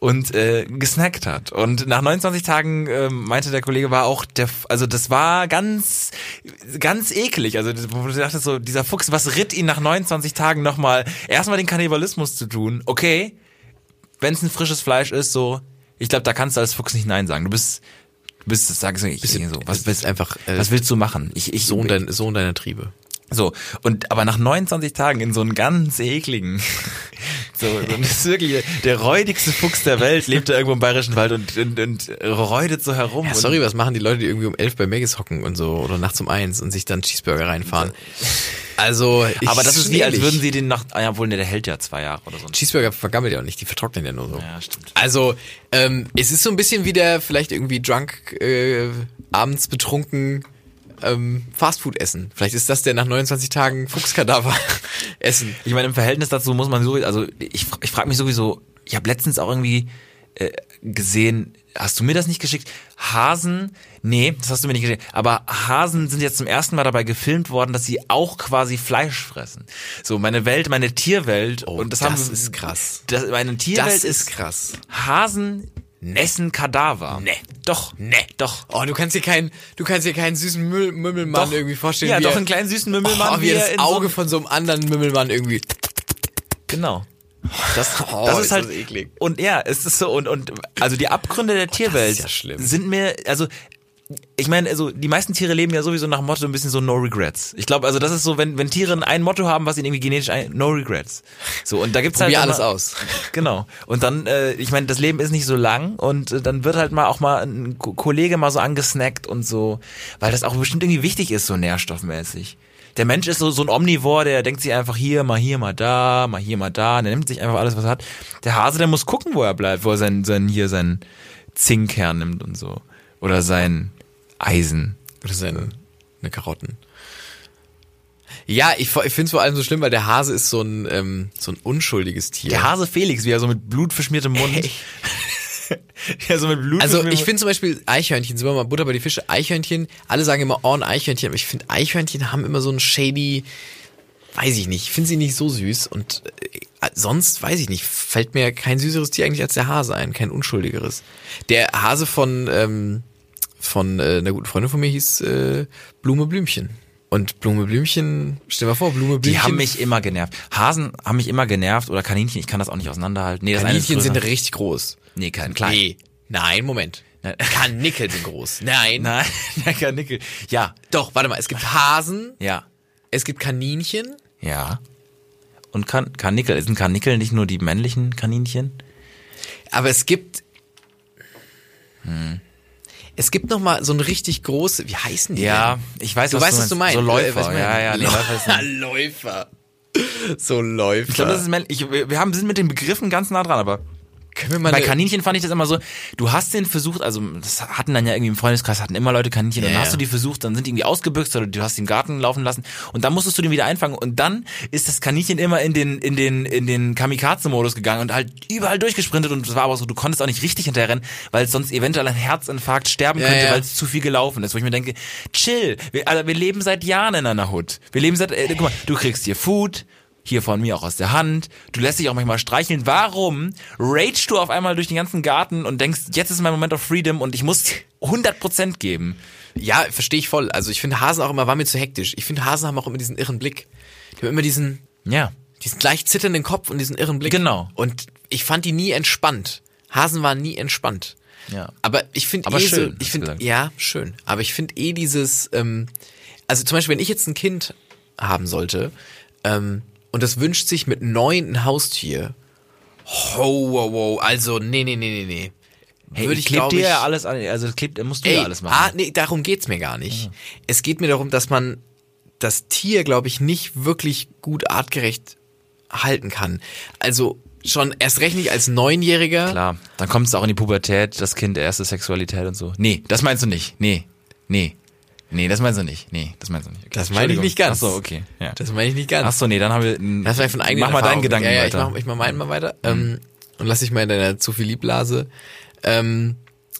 [SPEAKER 1] und äh, gesnackt hat. Und nach 29 Tagen ähm, meinte der Kollege, war auch der, F- also das war ganz, ganz eklig. Also das- wo du dachtest so, dieser Fuchs, was ritt ihn nach 29 Tagen nochmal? Erstmal den Kannibalismus zu tun. Okay, wenn es ein frisches Fleisch ist, so, ich glaube, da kannst du als Fuchs nicht nein sagen. Du bist, du bist, sagst du, ich so, was,
[SPEAKER 2] bist einfach, äh,
[SPEAKER 1] was willst du machen? Ich, ich,
[SPEAKER 2] Sohn, dein, Sohn deiner Triebe.
[SPEAKER 1] so, und aber nach 29 Tagen in so einen ganz
[SPEAKER 2] *laughs*
[SPEAKER 1] ekligen. So, und das ist wirklich der räudigste Fuchs der Welt, lebt da irgendwo im bayerischen Wald und, und, und räudet so herum.
[SPEAKER 2] Ja, sorry,
[SPEAKER 1] *laughs*
[SPEAKER 2] was machen die Leute, die irgendwie um elf bei Megas hocken und so oder nachts um eins und sich dann Cheeseburger reinfahren? Also, ich
[SPEAKER 1] Aber das ist wie, als
[SPEAKER 2] schwierig.
[SPEAKER 1] würden sie den nach. Ah, ja, wohl, ne, der hält ja zwei Jahre oder so.
[SPEAKER 2] Cheeseburger vergammelt ja auch nicht, die vertrocknen ja nur so.
[SPEAKER 1] Ja, stimmt.
[SPEAKER 2] Also, ähm, es ist so ein bisschen wie der vielleicht irgendwie drunk, äh, abends betrunken ähm, Fastfood essen. Vielleicht ist das der nach 29 Tagen Fuchskadaver *laughs* essen.
[SPEAKER 1] Ich meine, im Verhältnis dazu muss man so, also ich, ich frage mich sowieso, ich habe letztens auch irgendwie äh, gesehen, hast du mir das nicht geschickt? Hasen, nee, das hast du mir nicht geschickt, aber Hasen sind jetzt zum ersten Mal dabei gefilmt worden, dass sie auch quasi Fleisch fressen. So, meine Welt, meine Tierwelt. und Oh, das,
[SPEAKER 2] Oh, das
[SPEAKER 1] haben,
[SPEAKER 2] ist krass.
[SPEAKER 1] Das, meine Tierwelt
[SPEAKER 2] das ist
[SPEAKER 1] ist
[SPEAKER 2] krass.
[SPEAKER 1] Hasen essen Kadaver.
[SPEAKER 2] Nee.
[SPEAKER 1] Doch. Nee. Doch.
[SPEAKER 2] Oh, du kannst dir keinen, du kannst dir keinen süßen Müll, Mümmelmann
[SPEAKER 1] Doch.
[SPEAKER 2] irgendwie vorstellen.
[SPEAKER 1] Ja,
[SPEAKER 2] wie
[SPEAKER 1] doch,
[SPEAKER 2] er-
[SPEAKER 1] einen kleinen süßen Mümmelmann.
[SPEAKER 2] Oh, wie er
[SPEAKER 1] in
[SPEAKER 2] das
[SPEAKER 1] so einem-
[SPEAKER 2] Auge von so einem anderen Mümmelmann irgendwie.
[SPEAKER 1] Genau. *laughs* Das,
[SPEAKER 2] Oh,
[SPEAKER 1] das ist
[SPEAKER 2] ist
[SPEAKER 1] halt
[SPEAKER 2] das eklig. Oh,
[SPEAKER 1] und ja, es ist so und und also die Abgründe der Tierwelt
[SPEAKER 2] ist ja schlimm.
[SPEAKER 1] sind mir also ich meine, also die meisten Tiere leben ja sowieso nach dem Motto ein bisschen so No Regrets. Ich glaube, also das ist so, wenn wenn Tiere ein Motto haben, was ihnen irgendwie genetisch ein No Regrets. So und da gibt's halt
[SPEAKER 2] Probier
[SPEAKER 1] immer-
[SPEAKER 2] alles aus.
[SPEAKER 1] Genau. Und dann, äh, ich meine, das Leben ist nicht so lang und äh, dann wird halt mal auch mal ein Ko- Kollege mal so angesnackt und so, weil das auch bestimmt irgendwie wichtig ist, so nährstoffmäßig. Der Mensch ist so, so ein Omnivore, der denkt sich einfach hier, mal hier, mal da, mal hier, mal da, und der nimmt sich einfach alles, was er hat. Der Hase, der muss gucken, wo er bleibt, wo er sein, sein, hier seinen Zink hernimmt und so. Oder sein Eisen.
[SPEAKER 2] Oder seine eine Karotten. Ja, ich, ich finde es vor allem so schlimm, weil der Hase ist so ein, ähm, so ein unschuldiges Tier.
[SPEAKER 1] Der Hase Felix, wie er so mit Blut verschmiertem Mund. *laughs* Wie er so mit Blut
[SPEAKER 2] Also
[SPEAKER 1] verschmiertem
[SPEAKER 2] ich finde zum Beispiel Eichhörnchen, sind wir mal Butter bei die Fische, Eichhörnchen, alle sagen immer, oh, ein Eichhörnchen, aber ich finde Eichhörnchen haben immer so einen shady, weiß ich nicht, ich finde sie nicht so süß und äh, sonst, weiß ich nicht, fällt mir kein süßeres Tier eigentlich als der Hase ein, kein unschuldigeres. Der Hase von, ähm, von äh, einer guten Freundin von mir hieß äh, Blume Blümchen. Und Blume Blümchen, stell dir mal vor, Blume Blümchen.
[SPEAKER 1] Die haben mich immer genervt. Hasen haben mich immer genervt oder Kaninchen, ich kann das auch nicht auseinanderhalten. Nee, das
[SPEAKER 2] Kaninchen
[SPEAKER 1] eine ist
[SPEAKER 2] sind
[SPEAKER 1] größer.
[SPEAKER 2] richtig groß.
[SPEAKER 1] Nee, kein klein.
[SPEAKER 2] Nee. Nein, Moment. Kanickel sind groß. Nein.
[SPEAKER 1] *laughs* Nein, der Kanickel. Ja,
[SPEAKER 2] Doch, warte mal, es gibt Hasen,
[SPEAKER 1] ja,
[SPEAKER 2] es gibt Kaninchen.
[SPEAKER 1] ja. Und kan Kanickel, sind Kanickel nicht nur die männlichen Kaninchen?
[SPEAKER 2] Aber es gibt. hm. Es gibt noch mal so ein richtig große. Wie heißen die? denn?
[SPEAKER 1] ich weiß,
[SPEAKER 2] du weißt, was du meinst.
[SPEAKER 1] So
[SPEAKER 2] Äh,
[SPEAKER 1] Läufer,
[SPEAKER 2] was ich meine.
[SPEAKER 1] ja, ja. Nee, Läufer ist nicht.
[SPEAKER 2] *laughs* Läufer. So Läufer.
[SPEAKER 1] Ich glaube, das ist männlich. Ich- wir- Wir haben, sind mit den Begriffen ganz nah dran, aber
[SPEAKER 2] Können wir mal
[SPEAKER 1] bei
[SPEAKER 2] eine-
[SPEAKER 1] Kaninchen fand ich das immer so, du hast den versucht, also das hatten dann ja irgendwie im Freundeskreis, hatten immer Leute Kaninchen und
[SPEAKER 2] Ja,
[SPEAKER 1] dann
[SPEAKER 2] ja.
[SPEAKER 1] hast du die versucht, dann sind die irgendwie ausgebüxt oder du hast die im Garten laufen lassen und dann musstest du den wieder einfangen und dann ist das Kaninchen immer in den, in den, in den Kamikaze-Modus gegangen und halt überall durchgesprintet und es war aber so, du konntest auch nicht richtig hinterherrennen, weil es sonst eventuell an Herzinfarkt sterben
[SPEAKER 2] Ja,
[SPEAKER 1] könnte,
[SPEAKER 2] ja.
[SPEAKER 1] weil es zu viel gelaufen ist, wo ich mir denke, chill, wir, also wir leben seit Jahren in einer Hut. Wir leben seit, äh, guck mal, du kriegst hier Food, hier von mir auch aus der Hand. Du lässt dich auch manchmal streicheln. Warum ragest du auf einmal durch den ganzen Garten und denkst, jetzt ist mein Moment of Freedom und ich muss 100% geben?
[SPEAKER 2] Ja, verstehe ich voll. Also ich finde Hasen auch immer, war mir zu hektisch. Ich finde Hasen haben auch immer diesen irren Blick. Die haben immer diesen,
[SPEAKER 1] Ja.
[SPEAKER 2] diesen gleich zitternden Kopf und diesen irren Blick.
[SPEAKER 1] Genau.
[SPEAKER 2] Und ich fand die nie entspannt. Hasen waren nie entspannt.
[SPEAKER 1] Ja.
[SPEAKER 2] Aber ich finde
[SPEAKER 1] Aber schön,
[SPEAKER 2] eh so,
[SPEAKER 1] hast
[SPEAKER 2] ich
[SPEAKER 1] du
[SPEAKER 2] finde
[SPEAKER 1] gesagt.
[SPEAKER 2] ja schön. Aber ich finde eh dieses, ähm, also zum Beispiel, wenn ich jetzt ein Kind haben sollte ähm, und das wünscht sich mit neun ein Haustier, ho, wow, wow, also nee, nee, nee, nee, nee,
[SPEAKER 1] Hey,
[SPEAKER 2] Würde
[SPEAKER 1] Würde
[SPEAKER 2] ich,
[SPEAKER 1] ich
[SPEAKER 2] glaub
[SPEAKER 1] klebt dir
[SPEAKER 2] ich-
[SPEAKER 1] ja alles an, also es klebt, musst du ja alles
[SPEAKER 2] Ah,
[SPEAKER 1] machen. Mhm.
[SPEAKER 2] nee, darum geht's mir gar nicht. Es geht mir darum, dass man das Tier, glaube ich, nicht wirklich gut artgerecht halten kann. Also schon erst recht nicht als Neunjähriger.
[SPEAKER 1] Klar. Dann kommt es auch in die Pubertät, das Kind, erste Sexualität und so. Nee, das meinst du nicht. Nee. Nee. Nee, das meinst du nicht. Nee, das meinst du nicht. Okay.
[SPEAKER 2] Das meine ich nicht ganz.
[SPEAKER 1] Ach so, okay. Ja.
[SPEAKER 2] Das meine ich nicht ganz.
[SPEAKER 1] Ach so, nee, dann haben wir n-
[SPEAKER 2] Lass mal von eigenen
[SPEAKER 1] Mach mal deinen
[SPEAKER 2] Erfahrungen.
[SPEAKER 1] Gedanken
[SPEAKER 2] ja, ja,
[SPEAKER 1] weiter. Mhm.
[SPEAKER 2] Ich mach, ich mach meinen mal weiter. Ähm, und lass dich mal in deiner zu viel Liebblase. Ähm,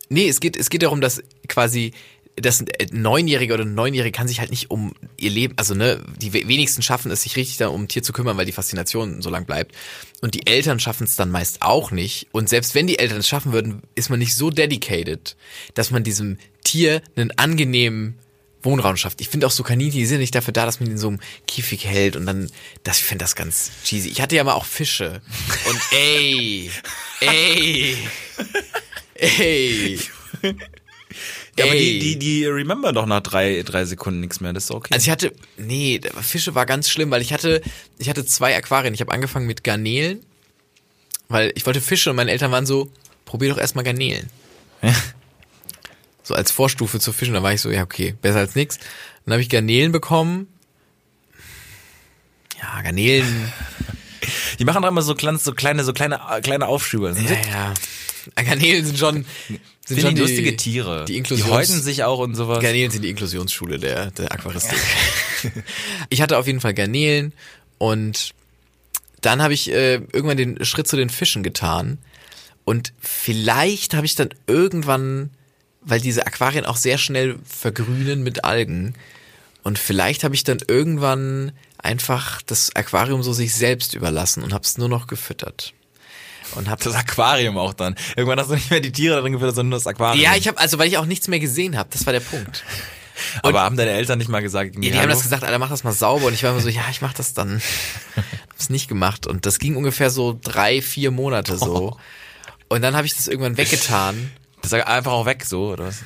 [SPEAKER 2] nee, es geht, es geht darum, dass quasi das Neunjährige oder Neunjährige kann sich halt nicht um ihr Leben, also ne, die we- wenigsten schaffen es, sich richtig da um ein Tier zu kümmern, weil die Faszination so lang bleibt. Und die Eltern schaffen es dann meist auch nicht. Und selbst wenn die Eltern es schaffen würden, ist man nicht so dedicated, dass man diesem Tier einen angenehmen Wohnraum schafft. Ich finde auch so Kaninchen, die sind nicht dafür da, dass man den so im Käfig hält und dann, das, ich finde das ganz cheesy. Ich hatte ja mal auch Fische. Und ey, ey, ey.
[SPEAKER 1] ja, aber
[SPEAKER 2] ey.
[SPEAKER 1] die, die, die remember doch nach drei, drei Sekunden nichts mehr. Das ist okay.
[SPEAKER 2] Also ich hatte, nee, Fische war ganz schlimm, weil ich hatte, ich hatte zwei Aquarien. Ich habe angefangen mit Garnelen, weil ich wollte Fische und meine Eltern waren so, probier doch erstmal Garnelen. so als Vorstufe zu Fischen, da war ich so, ja okay, besser als nix. Dann habe ich Garnelen bekommen. Ja, Garnelen.
[SPEAKER 1] Die machen doch immer so kleine, so kleine, so kleine, äh, kleine Aufschübe.
[SPEAKER 2] ja, ja. *laughs* Garnelen sind schon, sind
[SPEAKER 1] Finde
[SPEAKER 2] schon
[SPEAKER 1] ich lustige Tiere.
[SPEAKER 2] Die,
[SPEAKER 1] die
[SPEAKER 2] Inklusions
[SPEAKER 1] häuten sich auch und sowas.
[SPEAKER 2] Garnelen sind die Inklusionsschule der, der Aquaristik. *laughs* ich hatte auf jeden Fall Garnelen und dann habe ich äh, irgendwann den Schritt zu den Fischen getan und vielleicht habe ich dann irgendwann, weil diese Aquarien auch sehr schnell vergrünen mit Algen und vielleicht habe ich dann irgendwann einfach das Aquarium so sich selbst überlassen und habe es nur noch gefüttert. Und hab
[SPEAKER 1] Das Aquarium auch dann. Irgendwann hast du nicht mehr die Tiere drin gefüttert, sondern nur das Aquarium.
[SPEAKER 2] ja, ich habe also weil ich auch nichts mehr gesehen habe, das war der Punkt.
[SPEAKER 1] Aber haben deine Eltern nicht mal gesagt,
[SPEAKER 2] Ja, die haben das gesagt, Alter, mach das mal sauber. Und ich war immer so, ja, ich mach
[SPEAKER 1] *laughs*
[SPEAKER 2] das dann. Hab's nicht gemacht. Und das ging ungefähr so drei, vier Monate
[SPEAKER 1] Oh.
[SPEAKER 2] so. Und dann habe ich das irgendwann
[SPEAKER 1] *laughs*
[SPEAKER 2] weggetan.
[SPEAKER 1] das einfach auch weg so, oder was?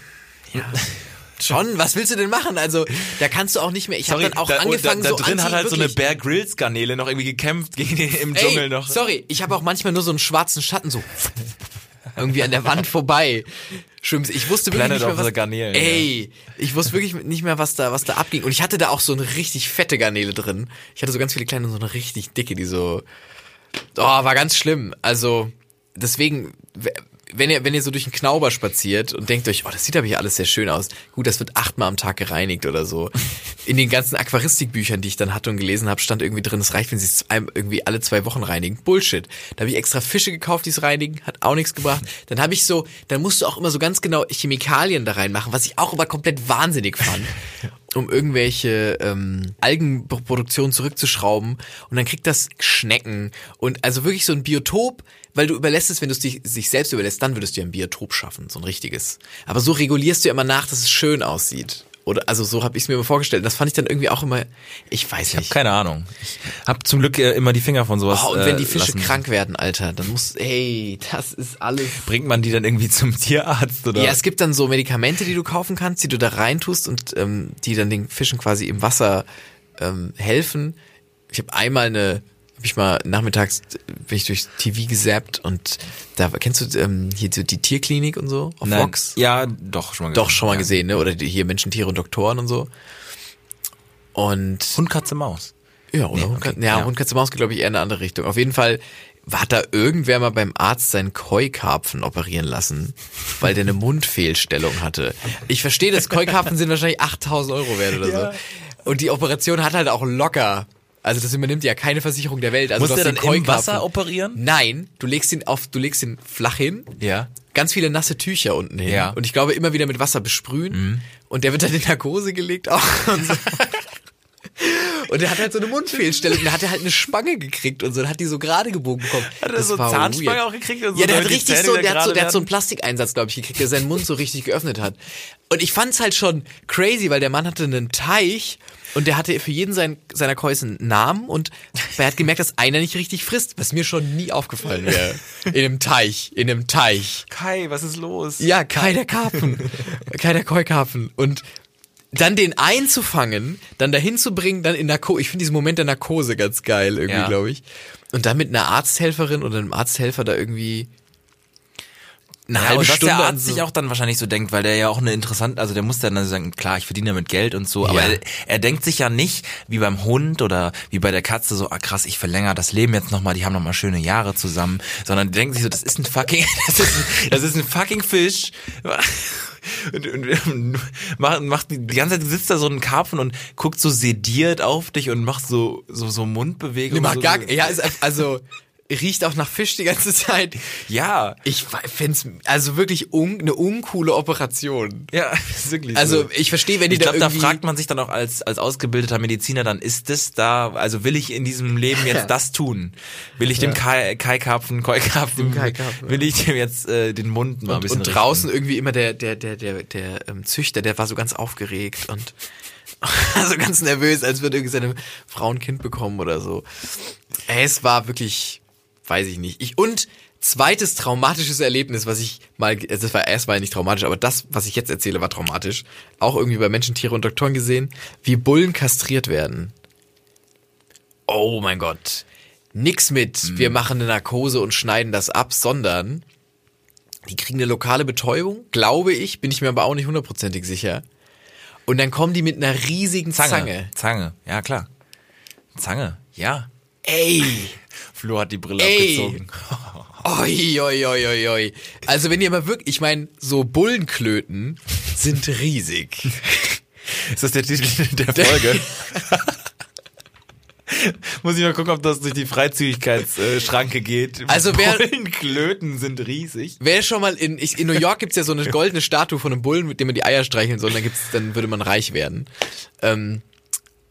[SPEAKER 2] Schon, was willst du denn machen? Also, da kannst du auch nicht mehr. Ich habe dann auch
[SPEAKER 1] da,
[SPEAKER 2] angefangen,
[SPEAKER 1] da, da
[SPEAKER 2] so
[SPEAKER 1] drin hat
[SPEAKER 2] anti-
[SPEAKER 1] halt so eine
[SPEAKER 2] wirklich-
[SPEAKER 1] Bear Grylls Garnele noch irgendwie gekämpft gegen den, im
[SPEAKER 2] *laughs* Ey,
[SPEAKER 1] Dschungel noch.
[SPEAKER 2] Sorry, ich habe auch manchmal nur so einen schwarzen Schatten so *laughs* irgendwie an der Wand vorbei. Schwimmst. Ich wusste wirklich
[SPEAKER 1] Planet
[SPEAKER 2] nicht mehr,
[SPEAKER 1] of
[SPEAKER 2] was,
[SPEAKER 1] the Garnelen,
[SPEAKER 2] Ey, ich wusste wirklich nicht mehr, was da was da abging und ich hatte da auch so eine richtig fette Garnele drin. Ich hatte so ganz viele kleine und so eine richtig dicke, die so Oh, war ganz schlimm. Also deswegen w- wenn ihr, wenn ihr so durch den Knauber spaziert und denkt euch, oh, das sieht aber hier alles sehr schön aus. Gut, das wird achtmal am Tag gereinigt oder so. In den ganzen Aquaristikbüchern, die ich dann hatte und gelesen habe, stand irgendwie drin, es reicht, wenn sie es ein- irgendwie alle zwei Wochen reinigen. Bullshit. Da habe ich extra Fische gekauft, die es reinigen, hat auch nichts gebracht. Dann habe ich so, dann musst du auch immer so ganz genau Chemikalien da reinmachen, was ich auch immer komplett wahnsinnig fand. um irgendwelche ähm, Algenproduktion zurückzuschrauben und dann kriegt das Schnecken und also wirklich so ein Biotop, weil du überlässt es, wenn du es dich, sich selbst überlässt, dann würdest du ja ein Biotop schaffen, so ein richtiges. Aber so regulierst du ja immer nach, dass es schön aussieht. Oder also so habe ich es mir immer vorgestellt. Das fand ich dann irgendwie auch immer, ich weiß nicht.
[SPEAKER 1] Keine Ahnung. Ich hab zum Glück äh, immer die Finger von sowas.
[SPEAKER 2] Oh, und wenn die
[SPEAKER 1] äh,
[SPEAKER 2] Fische
[SPEAKER 1] lassen.
[SPEAKER 2] krank werden, Alter, dann muss, hey, das ist alles.
[SPEAKER 1] Bringt man die dann irgendwie zum Tierarzt oder?
[SPEAKER 2] Ja, es gibt dann so Medikamente, die du kaufen kannst, die du da reintust und ähm, die dann den Fischen quasi im Wasser ähm, helfen. Ich habe einmal eine, hab ich mal nachmittags äh, bin ich durch TV gesappt und da kennst du ähm, hier so die Tierklinik und so auf
[SPEAKER 1] Nein.
[SPEAKER 2] Vox?
[SPEAKER 1] Ja, doch schon mal.
[SPEAKER 2] Doch
[SPEAKER 1] gesehen.
[SPEAKER 2] schon mal
[SPEAKER 1] Ja.
[SPEAKER 2] gesehen, ne? Oder die, hier Menschen, Tiere und Doktoren und so. Und
[SPEAKER 1] Hund, Katze, Maus.
[SPEAKER 2] ja, oder Hund,
[SPEAKER 1] okay,
[SPEAKER 2] Ka- ja,
[SPEAKER 1] ja.
[SPEAKER 2] Hund, Katze, Maus geht, glaube ich, eher in eine andere Richtung. Auf jeden Fall hat da irgendwer mal beim Arzt seinen Keukarpfen operieren lassen, weil der eine Mundfehlstellung hatte. Ich verstehe das, Keukarpfen sind wahrscheinlich 8000 Euro wert oder so. Und die Operation hat halt auch locker, also das übernimmt ja keine Versicherung der Welt. Also
[SPEAKER 1] Muss
[SPEAKER 2] du hast
[SPEAKER 1] der dann
[SPEAKER 2] den
[SPEAKER 1] im
[SPEAKER 2] Keukarpfen-
[SPEAKER 1] Wasser operieren?
[SPEAKER 2] Nein, du legst ihn auf, du legst ihn flach hin.
[SPEAKER 1] Ja.
[SPEAKER 2] Ganz viele nasse Tücher unten hin.
[SPEAKER 1] Ja. Mhm.
[SPEAKER 2] Und ich glaube, immer wieder mit Wasser besprühen. Und der wird dann in Narkose gelegt auch. Und, so. und der hat halt so eine Mundfehlstellung. Und der hat ja halt eine Spange gekriegt und so. Und hat die so gerade gebogen bekommen.
[SPEAKER 1] Hat er so
[SPEAKER 2] war
[SPEAKER 1] Zahnspange
[SPEAKER 2] weird.
[SPEAKER 1] auch gekriegt und so,
[SPEAKER 2] Ja, der hat
[SPEAKER 1] damit die
[SPEAKER 2] richtig
[SPEAKER 1] Zähne
[SPEAKER 2] so,
[SPEAKER 1] wieder
[SPEAKER 2] der hat so,
[SPEAKER 1] gerade
[SPEAKER 2] der hat so
[SPEAKER 1] werden?
[SPEAKER 2] einen Plastikeinsatz, glaube ich, gekriegt, der seinen Mund so richtig geöffnet hat. Und ich fand's halt schon crazy, weil der Mann hatte einen Teich und der hatte für jeden sein, seiner Käuße einen Namen und er hat gemerkt, dass einer nicht richtig frisst, was mir schon nie aufgefallen wäre. In einem Teich, in einem Teich.
[SPEAKER 1] Kai, was ist los?
[SPEAKER 2] Ja, keiner Karpfen. keiner Keukarpfen. Und dann den einzufangen, dann dahin zu bringen, dann in Narkose. Ich finde diesen Moment der Narkose ganz geil irgendwie,
[SPEAKER 1] Ja.
[SPEAKER 2] glaube ich. Und dann mit einer Arzthelferin oder einem Arzthelfer da irgendwie eine
[SPEAKER 1] Ja,
[SPEAKER 2] halbe
[SPEAKER 1] und dass
[SPEAKER 2] Stunde
[SPEAKER 1] der
[SPEAKER 2] an
[SPEAKER 1] Arzt
[SPEAKER 2] so-
[SPEAKER 1] sich auch dann wahrscheinlich so denkt, weil der ja auch eine interessante, also der muss dann sagen, klar, ich verdiene damit Geld und so, aber
[SPEAKER 2] Ja.
[SPEAKER 1] er, er denkt sich ja nicht wie beim Hund oder wie bei der Katze so, ah krass, ich verlängere das Leben jetzt nochmal, die haben nochmal schöne Jahre zusammen, sondern die denken sich so, das ist ein fucking, *laughs* das ist ein, das ist ein fucking Fisch. Und, und, und macht, macht die, die ganze Zeit sitzt da so ein Karpfen und guckt so sediert auf dich und macht so so, so Mundbewegungen.
[SPEAKER 2] Immer
[SPEAKER 1] so,
[SPEAKER 2] gar, ja, ist, also riecht auch nach Fisch die ganze Zeit.
[SPEAKER 1] ja,
[SPEAKER 2] Ich finde es also wirklich un, eine uncoole Operation.
[SPEAKER 1] ja, *laughs* ist wirklich.
[SPEAKER 2] Also
[SPEAKER 1] so.
[SPEAKER 2] ich verstehe, wenn die
[SPEAKER 1] Ich glaube, da
[SPEAKER 2] da irgendwie
[SPEAKER 1] fragt man sich dann auch als, als ausgebildeter Mediziner, dann ist das da, also will ich in diesem
[SPEAKER 2] *laughs*
[SPEAKER 1] Leben jetzt das tun? Will ich dem Kai, Kai Karpfen, Koi Karpfen,
[SPEAKER 2] Kai Karpfen,
[SPEAKER 1] will ich dem jetzt äh, den Mund mal ein bisschen
[SPEAKER 2] und draußen irgendwie immer der der der der der ähm, Züchter, der war so ganz aufgeregt und *laughs* so ganz nervös, als würde irgendwie seine Frau ein Kind bekommen oder so. Ey, Es war wirklich, weiß ich nicht. Ich und zweites traumatisches Erlebnis, was ich mal, also das war erstmal nicht traumatisch, aber das, was ich jetzt erzähle, war traumatisch. Auch irgendwie bei Menschen, Tiere und Doktoren gesehen, wie Bullen kastriert werden. Oh mein Gott. Nix mit,
[SPEAKER 1] Hm.
[SPEAKER 2] wir machen eine Narkose und schneiden das ab, sondern die kriegen eine lokale Betäubung, glaube ich, bin ich mir aber auch nicht hundertprozentig sicher. Und dann kommen die mit einer riesigen Zange.
[SPEAKER 1] Zange. Zange, ja klar. Zange. Ja.
[SPEAKER 2] Ey.
[SPEAKER 1] Flo hat die Brille
[SPEAKER 2] Ey.
[SPEAKER 1] abgezogen.
[SPEAKER 2] Oi, oi, oi, oi, oi. Also wenn ihr mal wirklich, ich meine, so Bullenklöten sind riesig.
[SPEAKER 1] Ist das der Titel der Folge? *laughs* Muss ich mal gucken, ob das durch die
[SPEAKER 2] *laughs*
[SPEAKER 1] Freizügigkeitsschranke geht.
[SPEAKER 2] Also wer-
[SPEAKER 1] Bullenklöten sind riesig.
[SPEAKER 2] Wer schon mal in, ich, in New York gibt's ja so eine goldene Statue von einem Bullen, mit dem man die Eier streicheln soll, dann, gibt's, dann würde man reich werden. Ähm,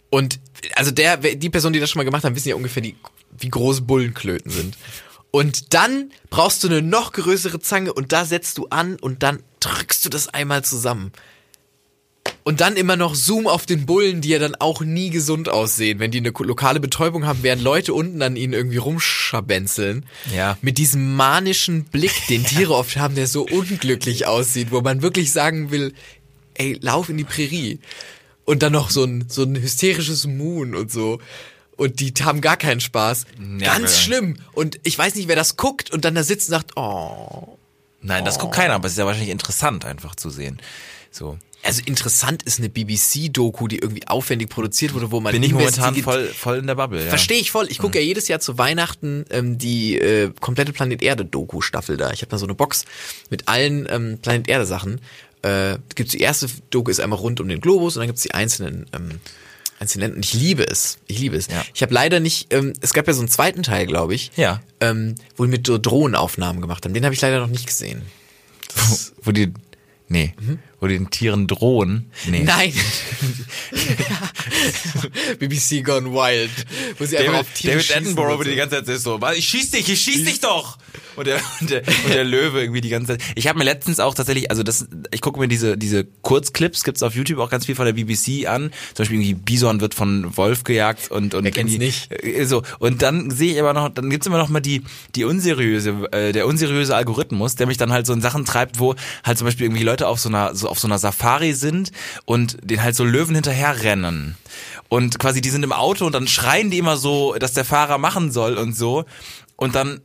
[SPEAKER 2] und also der, wer- die Person, die das schon mal gemacht haben, wissen ja ungefähr, die, wie groß Bullenklöten sind. Und dann brauchst du eine noch größere Zange und da setzt du an und dann drückst du das einmal zusammen. Und dann immer noch Zoom auf den Bullen, die ja dann auch nie gesund aussehen. Wenn die eine ko- lokale Betäubung haben, werden Leute unten an ihnen irgendwie rumschabenzeln.
[SPEAKER 1] Ja.
[SPEAKER 2] Mit diesem manischen Blick,
[SPEAKER 1] *laughs*
[SPEAKER 2] den Tiere oft haben, der so unglücklich aussieht, wo man wirklich sagen will, ey, lauf in die Prärie. Und dann noch so ein, so ein hysterisches Moon und so. Und die haben gar keinen Spaß. Ganz
[SPEAKER 1] ja. genau.
[SPEAKER 2] schlimm. Und ich weiß nicht, wer das guckt und dann da sitzt und sagt, oh.
[SPEAKER 1] Nein, das guckt keiner, aber es ist ja wahrscheinlich interessant, einfach zu sehen. So.
[SPEAKER 2] Also interessant ist eine BBC-Doku, die irgendwie aufwendig produziert wurde, wo man
[SPEAKER 1] Bin ich momentan
[SPEAKER 2] investigi-
[SPEAKER 1] voll, voll in der Bubble. Ja. Mhm.
[SPEAKER 2] Verstehe ich voll. Ich gucke ja jedes Jahr zu Weihnachten ähm, die äh, komplette Planet Erde Doku Staffel da. Ich habe da so eine Box mit allen ähm, Planet Erde Sachen. Äh, gibt's die erste Doku ist einmal rund um den Globus und dann gibt's die einzelnen ähm, einzelnen und ich liebe es. Ich liebe es.
[SPEAKER 1] Ja.
[SPEAKER 2] Ich habe leider nicht ähm, es gab ja so einen zweiten Teil, glaube ich.
[SPEAKER 1] Ja.
[SPEAKER 2] Ähm, wo wir mit so Drohnenaufnahmen gemacht haben. Den habe ich leider noch nicht gesehen.
[SPEAKER 1] Wo, wo die, nee, wo die den Tieren drohen. Nee. *laughs*
[SPEAKER 2] Nein. *laughs* BBC Gone Wild. Wo sie einfach
[SPEAKER 1] David,
[SPEAKER 2] auf Tiere
[SPEAKER 1] David
[SPEAKER 2] schießen
[SPEAKER 1] Attenborough
[SPEAKER 2] und
[SPEAKER 1] wird
[SPEAKER 2] so.
[SPEAKER 1] die ganze Zeit so ist so, "Mann, ich schieß dich, ich schieß dich doch. Und der, und der, und der Löwe irgendwie die ganze Zeit. Ich habe mir letztens auch tatsächlich, also das, ich gucke mir diese, diese Kurzclips, gibt's auf YouTube auch ganz viel von der BBC an. Zum Beispiel irgendwie Bison wird von Wolf gejagt und, und
[SPEAKER 2] Wer kennt's
[SPEAKER 1] irgendwie-
[SPEAKER 2] nicht?
[SPEAKER 1] äh, So. Und dann sehe ich aber noch, dann gibt's immer noch mal die, die unseriöse, äh, der unseriöse Algorithmus, der mich dann halt so in Sachen treibt, wo halt zum Beispiel irgendwie Leute auf so einer, so auf so einer Safari sind und den halt so Löwen hinterher rennen. Und quasi die sind im Auto und dann schreien die immer so, dass der Fahrer machen soll und so. Und dann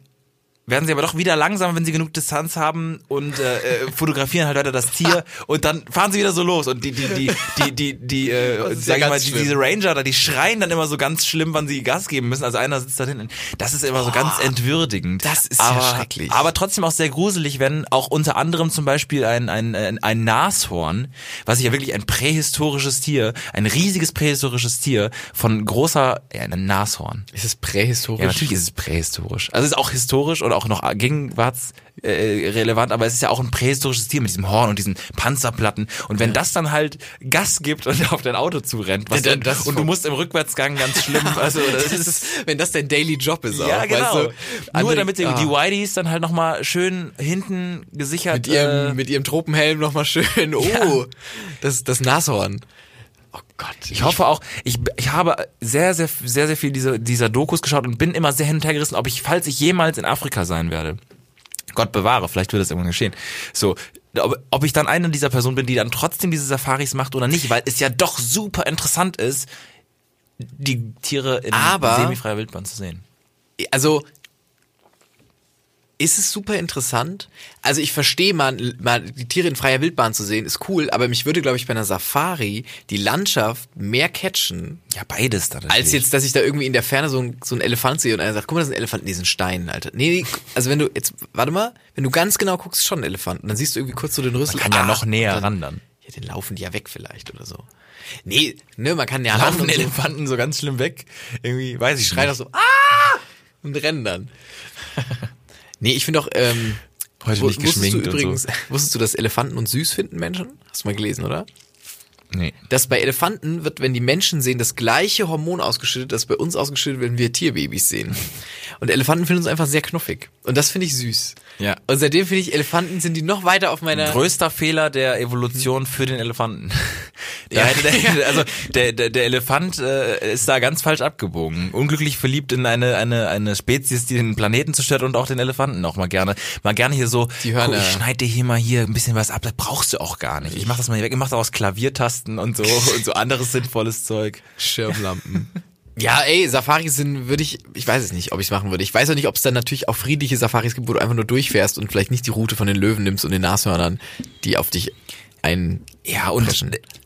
[SPEAKER 1] werden sie aber doch wieder langsam, wenn sie genug Distanz haben und äh, äh, fotografieren halt weiter das
[SPEAKER 2] *laughs*
[SPEAKER 1] Tier und dann fahren sie wieder so los und die die die die die, die äh,
[SPEAKER 2] Das ist
[SPEAKER 1] sag
[SPEAKER 2] ja
[SPEAKER 1] ich mal
[SPEAKER 2] ganz
[SPEAKER 1] die,
[SPEAKER 2] schlimm.
[SPEAKER 1] diese Ranger da die schreien dann immer so ganz schlimm, wann sie Gas geben müssen. Also einer sitzt da hinten. Das ist immer so ganz
[SPEAKER 2] Ah.
[SPEAKER 1] entwürdigend.
[SPEAKER 2] das ist ja
[SPEAKER 1] aber,
[SPEAKER 2] schrecklich.
[SPEAKER 1] Aber trotzdem auch sehr gruselig, wenn auch unter anderem zum Beispiel ein ein ein, ein Nashorn, was ja wirklich ein prähistorisches Tier, ein riesiges prähistorisches Tier von großer ja ein Nashorn.
[SPEAKER 2] Ist es prähistorisch?
[SPEAKER 1] Ja, natürlich ist es prähistorisch. Also es ist auch historisch und auch noch gegenwartsrelevant, äh, relevant, aber es ist ja auch ein prähistorisches Tier mit diesem Horn und diesen Panzerplatten. Und wenn das dann halt Gas gibt und *laughs* auf dein Auto zurennt, was
[SPEAKER 2] Ja, dann-
[SPEAKER 1] dann,
[SPEAKER 2] das ist
[SPEAKER 1] und du
[SPEAKER 2] voll-
[SPEAKER 1] musst im Rückwärtsgang ganz schlimm, also *laughs* das ist...
[SPEAKER 2] wenn das dein Daily Job ist, auch,
[SPEAKER 1] Ja, genau.
[SPEAKER 2] weißt du?
[SPEAKER 1] Nur
[SPEAKER 2] Andere-
[SPEAKER 1] damit die,
[SPEAKER 2] ah,
[SPEAKER 1] die Whiteys dann halt nochmal schön hinten gesichert...
[SPEAKER 2] mit ihrem,
[SPEAKER 1] äh,
[SPEAKER 2] mit ihrem Tropenhelm nochmal schön. Oh, das, das Nashorn. Oh Gott.
[SPEAKER 1] Ich hoffe auch, ich, ich habe sehr, sehr, sehr, sehr viel dieser, dieser Dokus geschaut und bin immer sehr hintergerissen, ob ich, falls ich jemals in Afrika sein werde. Gott bewahre, vielleicht wird das irgendwann geschehen. So, ob, ob ich dann eine dieser Personen bin, die dann trotzdem diese Safaris macht oder nicht, weil es ja doch super interessant ist, die Tiere in
[SPEAKER 2] Aber-
[SPEAKER 1] semifreier Wildbahn zu sehen.
[SPEAKER 2] also ist es super interessant. Also ich verstehe man, mal die Tiere in freier Wildbahn zu sehen, ist cool, aber mich würde, glaube ich, bei einer Safari die Landschaft mehr catchen,
[SPEAKER 1] Ja, beides dann.
[SPEAKER 2] als jetzt, dass ich da irgendwie in der Ferne so ein, so ein Elefant sehe und einer sagt, guck mal, das ist ein Elefant, nee, das ist ein Stein, Alter. Nee, nee, also wenn du jetzt, warte mal, wenn du ganz genau guckst, ist schon ein Elefant. Und dann siehst du irgendwie kurz so den Rüssel.
[SPEAKER 1] kann ja
[SPEAKER 2] ah,
[SPEAKER 1] noch näher
[SPEAKER 2] und
[SPEAKER 1] ran dann.
[SPEAKER 2] Ja, den laufen die ja weg vielleicht oder so. Nee, ne, man kann ja ran
[SPEAKER 1] laufen
[SPEAKER 2] und so
[SPEAKER 1] Elefanten so ganz schlimm weg. Irgendwie, weiß ich,
[SPEAKER 2] schreien
[SPEAKER 1] schreien
[SPEAKER 2] auch
[SPEAKER 1] das
[SPEAKER 2] so, ah! Und
[SPEAKER 1] *laughs*
[SPEAKER 2] rennen dann. nee, ich finde auch, ähm,
[SPEAKER 1] Heute
[SPEAKER 2] wu-
[SPEAKER 1] nicht
[SPEAKER 2] wusstest du
[SPEAKER 1] geschminkt und so.
[SPEAKER 2] übrigens, wusstest du, dass Elefanten und süß finden Menschen? Hast du mal gelesen, oder?
[SPEAKER 1] Nee.
[SPEAKER 2] Dass bei Elefanten wird, wenn die Menschen sehen, das gleiche Hormon ausgeschüttet, das bei uns ausgeschüttet wird, wenn wir Tierbabys *laughs* sehen. Und Elefanten finden uns einfach sehr knuffig. Und das finde ich süß.
[SPEAKER 1] Ja.
[SPEAKER 2] Und seitdem finde ich, Elefanten sind die noch weiter auf meiner...
[SPEAKER 1] Größter Fehler der Evolution für den *laughs* Elefanten. Da
[SPEAKER 2] Ja.
[SPEAKER 1] hätte der, also der, der, der Elefant äh, ist da ganz falsch abgebogen. Unglücklich verliebt in eine, eine, eine Spezies, die den Planeten zerstört und auch den Elefanten auch mal gerne. Mal gerne hier so,
[SPEAKER 2] Die Hörner.
[SPEAKER 1] guck, ich schneide dir hier mal hier ein bisschen was ab, das brauchst du auch gar nicht. Ich mach das mal hier weg, ich mach daraus Klaviertasten *laughs* und so und so anderes sinnvolles Zeug.
[SPEAKER 2] Schirmlampen. *laughs* Ja, ey, Safaris sind, würde ich, ich weiß es nicht, ob ich es machen würde. Ich weiß auch nicht, ob es dann natürlich auch friedliche Safaris gibt, wo du einfach nur durchfährst und vielleicht nicht die Route von den Löwen nimmst und den Nashörnern, die auf dich ein,
[SPEAKER 1] Ja, und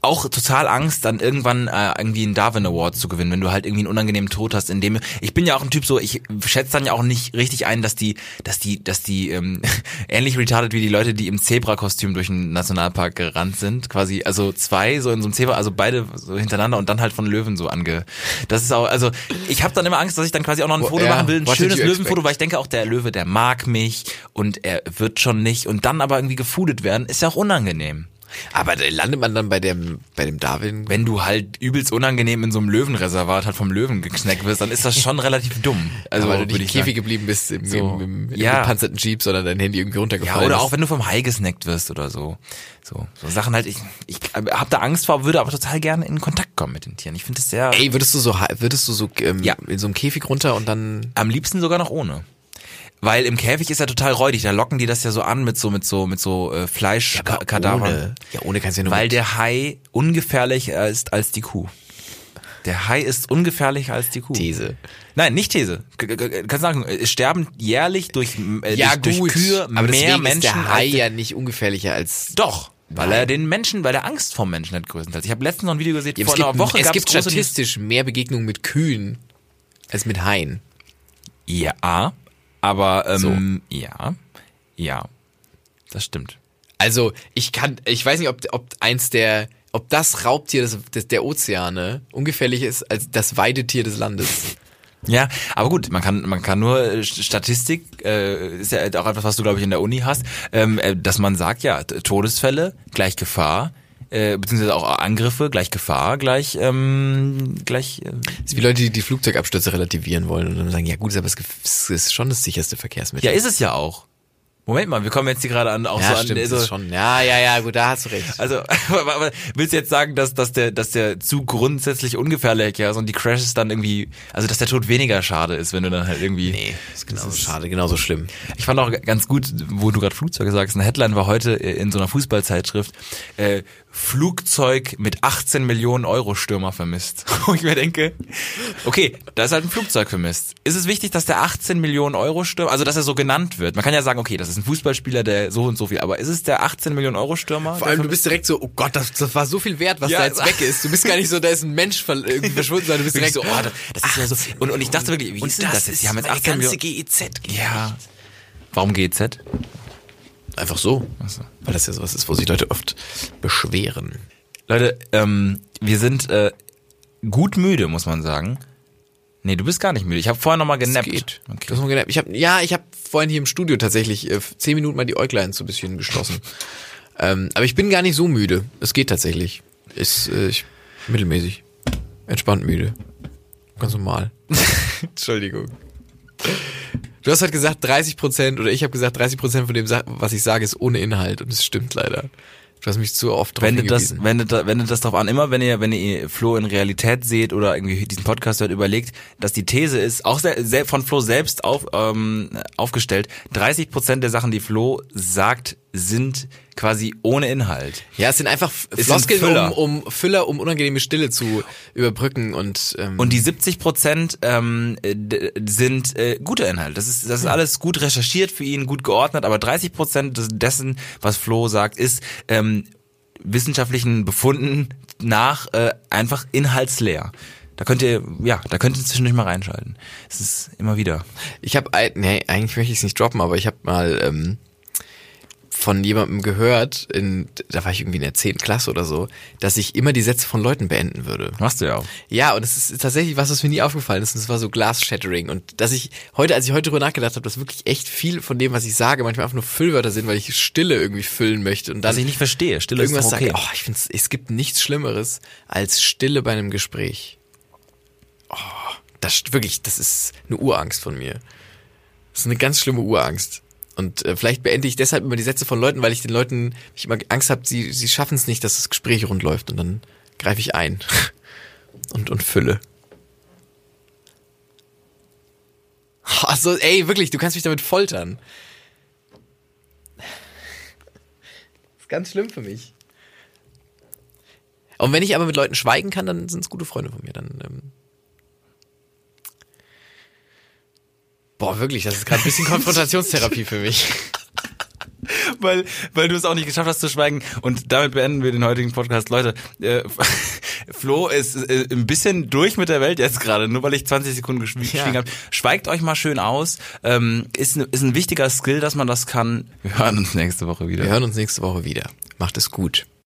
[SPEAKER 1] auch total Angst, dann irgendwann äh, irgendwie einen Darwin Award zu gewinnen, wenn du halt irgendwie einen unangenehmen Tod hast, in dem ich bin ja auch ein Typ so, ich schätze dann ja auch nicht richtig ein, dass die, dass die, dass die ähm, *laughs* ähnlich retarded wie die Leute, die im Zebra-Kostüm durch den Nationalpark gerannt sind, quasi, also zwei so in so einem Zebra, also beide so hintereinander und dann halt von Löwen so ange. Das ist auch, also ich habe dann immer Angst, dass ich dann quasi auch noch ein Foto
[SPEAKER 2] ja,
[SPEAKER 1] machen will, ein
[SPEAKER 2] what did
[SPEAKER 1] schönes
[SPEAKER 2] you expect?
[SPEAKER 1] Löwenfoto, weil ich denke auch der Löwe, der mag mich und er wird schon nicht und dann aber irgendwie gefoodet werden, ist ja auch unangenehm.
[SPEAKER 2] Aber da landet man dann bei dem, bei dem Darwin.
[SPEAKER 1] wenn du halt übelst unangenehm in so einem Löwenreservat halt vom Löwen gekneckt wirst, dann ist das schon *laughs* relativ dumm. Also
[SPEAKER 2] Also, weil du nicht
[SPEAKER 1] würde
[SPEAKER 2] im
[SPEAKER 1] ich
[SPEAKER 2] Käfig
[SPEAKER 1] sagen.
[SPEAKER 2] geblieben bist, im,
[SPEAKER 1] So.
[SPEAKER 2] im, im, im
[SPEAKER 1] Ja.
[SPEAKER 2] gepanzerten Jeep, sondern dein Handy irgendwie
[SPEAKER 1] Ja,
[SPEAKER 2] runtergefallen
[SPEAKER 1] oder
[SPEAKER 2] ist.
[SPEAKER 1] auch wenn du vom Hai gesnackt wirst oder so. So, so Sachen halt, ich, ich habe da Angst vor, würde aber total gerne in Kontakt kommen mit den Tieren. Ich finde es sehr,
[SPEAKER 2] Ey, würdest du so, ha- würdest du so ähm,
[SPEAKER 1] Ja.
[SPEAKER 2] in so einem Käfig runter und dann
[SPEAKER 1] am liebsten sogar noch ohne. Weil im Käfig ist er total räudig, da locken die das ja so an mit so, mit so, mit so äh, Fleischkadavern.
[SPEAKER 2] ohne? Ja, ohne kannst du ja nur.
[SPEAKER 1] Weil
[SPEAKER 2] mit-
[SPEAKER 1] der Hai ungefährlicher ist als die Kuh. Der Hai ist ungefährlicher als die Kuh.
[SPEAKER 2] These.
[SPEAKER 1] Nein, nicht These. K- k- k- Kannst sagen, es sterben jährlich durch, äh,
[SPEAKER 2] ja
[SPEAKER 1] durch,
[SPEAKER 2] gut,
[SPEAKER 1] durch Kühe
[SPEAKER 2] aber
[SPEAKER 1] mehr
[SPEAKER 2] deswegen
[SPEAKER 1] Menschen
[SPEAKER 2] ist der Hai
[SPEAKER 1] als
[SPEAKER 2] ja nicht ungefährlicher als
[SPEAKER 1] doch. Weil er den Menschen, weil er Angst vor Menschen hat größtenteils. Ich habe letztens noch ein Video gesehen,
[SPEAKER 2] Ja,
[SPEAKER 1] vor
[SPEAKER 2] es gibt,
[SPEAKER 1] einer Woche
[SPEAKER 2] es
[SPEAKER 1] gab's
[SPEAKER 2] gibt
[SPEAKER 1] große News-
[SPEAKER 2] statistisch mehr Begegnungen mit Kühen als mit Haien.
[SPEAKER 1] Ja, aber ähm, ja, ja, das stimmt.
[SPEAKER 2] Also ich kann, ich weiß nicht, ob, ob eins der, ob das Raubtier des, des, der Ozeane ungefährlich ist als das Weidetier des Landes.
[SPEAKER 1] Ja, aber gut, man kann man kann nur äh, Statistik äh, ist ja auch etwas, was du glaube ich in der Uni hast, ähm, äh, dass man sagt, ja T- Todesfälle gleich Gefahr, äh, beziehungsweise auch Angriffe gleich Gefahr gleich ähm, gleich äh,
[SPEAKER 2] Das ist wie Leute, die die Flugzeugabstürze relativieren wollen und dann sagen, ja gut, ist aber es ge- es ist schon das sicherste Verkehrsmittel.
[SPEAKER 1] Ja, ist es ja auch. Moment mal, wir kommen jetzt hier gerade an auch
[SPEAKER 2] ja
[SPEAKER 1] so
[SPEAKER 2] stimmt,
[SPEAKER 1] an.
[SPEAKER 2] das
[SPEAKER 1] So,
[SPEAKER 2] ist schon. Ja, ja, ja, gut, da hast du recht.
[SPEAKER 1] Also, *laughs* aber, aber willst du jetzt sagen, dass, dass der dass der zu grundsätzlich ungefährlich ist und die Crashes dann irgendwie, also dass der Tod weniger schade ist, wenn du dann halt irgendwie.
[SPEAKER 2] nee, ist genauso schade, genauso schlimm.
[SPEAKER 1] Ich fand auch ganz gut, wo du gerade Flugzeuge sagst. Eine Headline war heute äh, in so einer Fußballzeitschrift: äh, Flugzeug mit 18 Millionen Euro Stürmer vermisst. *laughs* Wo ich mir denke, okay, da ist halt ein Flugzeug vermisst. Ist es wichtig, dass der 18 Millionen Euro Stürmer, also dass er so genannt wird? Man kann ja sagen, okay, das ist ein Fußballspieler, der so und so viel. Aber ist es der 18 Millionen Euro Stürmer?
[SPEAKER 2] Vor allem, du bist direkt so, oh Gott, das, das war so viel wert, was
[SPEAKER 1] Ja,
[SPEAKER 2] da jetzt
[SPEAKER 1] es-
[SPEAKER 2] weg ist. Du bist gar nicht so, da ist ein Mensch ver irgendwie verschwunden, sondern du bist direkt
[SPEAKER 1] Direkt
[SPEAKER 2] so, oh,
[SPEAKER 1] das, das ist ja so. Und, und ich dachte wirklich, wie ist denn das jetzt? Die haben jetzt 18 Millionen.
[SPEAKER 2] GEZ.
[SPEAKER 1] Ja. Warum GEZ?
[SPEAKER 2] Einfach so.
[SPEAKER 1] so.
[SPEAKER 2] Weil das ja sowas ist, wo sich Leute oft beschweren.
[SPEAKER 1] Leute, ähm, wir sind äh, gut müde, muss man sagen. Nee, du bist gar nicht müde. Ich habe vorher nochmal
[SPEAKER 2] Das
[SPEAKER 1] genappt.
[SPEAKER 2] geht. Du hast
[SPEAKER 1] Okay.
[SPEAKER 2] mal genappt. Ich hab, ja, ich habe vorhin hier im Studio tatsächlich äh, zehn Minuten mal die Äuglein so ein
[SPEAKER 1] *laughs*
[SPEAKER 2] bisschen geschlossen. ähm, aber ich bin gar nicht so müde. Es geht tatsächlich. Ist äh, ich, mittelmäßig. Entspannt müde.
[SPEAKER 1] *laughs*
[SPEAKER 2] Ganz normal. Entschuldigung. Du hast halt gesagt 30 Prozent oder ich habe gesagt 30 Prozent von dem, Sa- was ich sage, ist ohne Inhalt und es stimmt leider. Du hast mich zu oft drauf
[SPEAKER 1] Wendet das,
[SPEAKER 2] hingewiesen.
[SPEAKER 1] wendet, da- wendet das drauf an. Immer wenn ihr, wenn ihr Flo in Realität seht oder irgendwie diesen Podcast hört, überlegt, dass die These ist, auch sel- sel- von Flo selbst auf, ähm, aufgestellt, 30% der Sachen, die Flo sagt, sind quasi ohne Inhalt.
[SPEAKER 2] Ja, es sind einfach
[SPEAKER 1] sind
[SPEAKER 2] Floskeln,
[SPEAKER 1] Füller.
[SPEAKER 2] Um, um Füller, um unangenehme Stille zu überbrücken und ähm,
[SPEAKER 1] Und die 70 Prozent ähm, d- sind äh, gute Inhalte. Das ist, das ist alles gut recherchiert für ihn, gut geordnet, aber 30 Prozent dessen, was Flo sagt, ist ähm, wissenschaftlichen Befunden nach äh, einfach inhaltsleer. Da könnt ihr, ja, da könnt ihr zwischendurch mal reinschalten. Es ist immer wieder.
[SPEAKER 2] Ich habe, nee, eigentlich möchte ich es nicht droppen, aber ich habe mal ähm, von jemandem gehört, in, da war ich irgendwie in der 10. Klasse oder so, dass ich immer die Sätze von Leuten beenden würde.
[SPEAKER 1] Machst du ja auch.
[SPEAKER 2] Ja, und es ist tatsächlich was, was mir nie aufgefallen ist, und es war so Glass-Shattering. Und dass ich heute, als ich heute drüber nachgedacht habe, dass wirklich echt viel von dem, was ich sage, manchmal einfach nur Füllwörter sind, weil ich Stille irgendwie füllen möchte. Und dann
[SPEAKER 1] Was ich nicht verstehe. Stille ist
[SPEAKER 2] irgendwas
[SPEAKER 1] doch okay.
[SPEAKER 2] sage, oh, ich finde, es gibt nichts Schlimmeres als Stille bei einem Gespräch. Oh, das st- wirklich, das ist eine Urangst von mir. Das ist eine ganz schlimme Urangst. Und äh, vielleicht beende ich deshalb immer die Sätze von Leuten, weil ich den Leuten ich immer Angst habe, sie, sie schaffen es nicht, dass das Gespräch rund läuft. Und dann greife ich ein *laughs* und, und fülle. Also, ey, wirklich, du kannst mich damit foltern. Das ist ganz schlimm für mich. Und wenn ich aber mit Leuten schweigen kann, dann sind es gute Freunde von mir. Dann, ähm *laughs* Boah, wirklich, das ist gerade ein bisschen Konfrontationstherapie für mich.
[SPEAKER 1] *laughs* weil, weil du es auch nicht geschafft hast zu schweigen. Und damit beenden wir den heutigen Podcast. Leute, äh, *laughs* Flo ist äh, ein bisschen durch mit der Welt jetzt gerade, nur weil ich 20 Sekunden geschwie- geschwiegen habe. Schweigt euch mal schön aus. Ähm, ist, ne- ist ein wichtiger Skill, dass man das kann. Wir hören uns nächste Woche wieder.
[SPEAKER 2] Wir hören uns nächste Woche wieder. Macht es gut.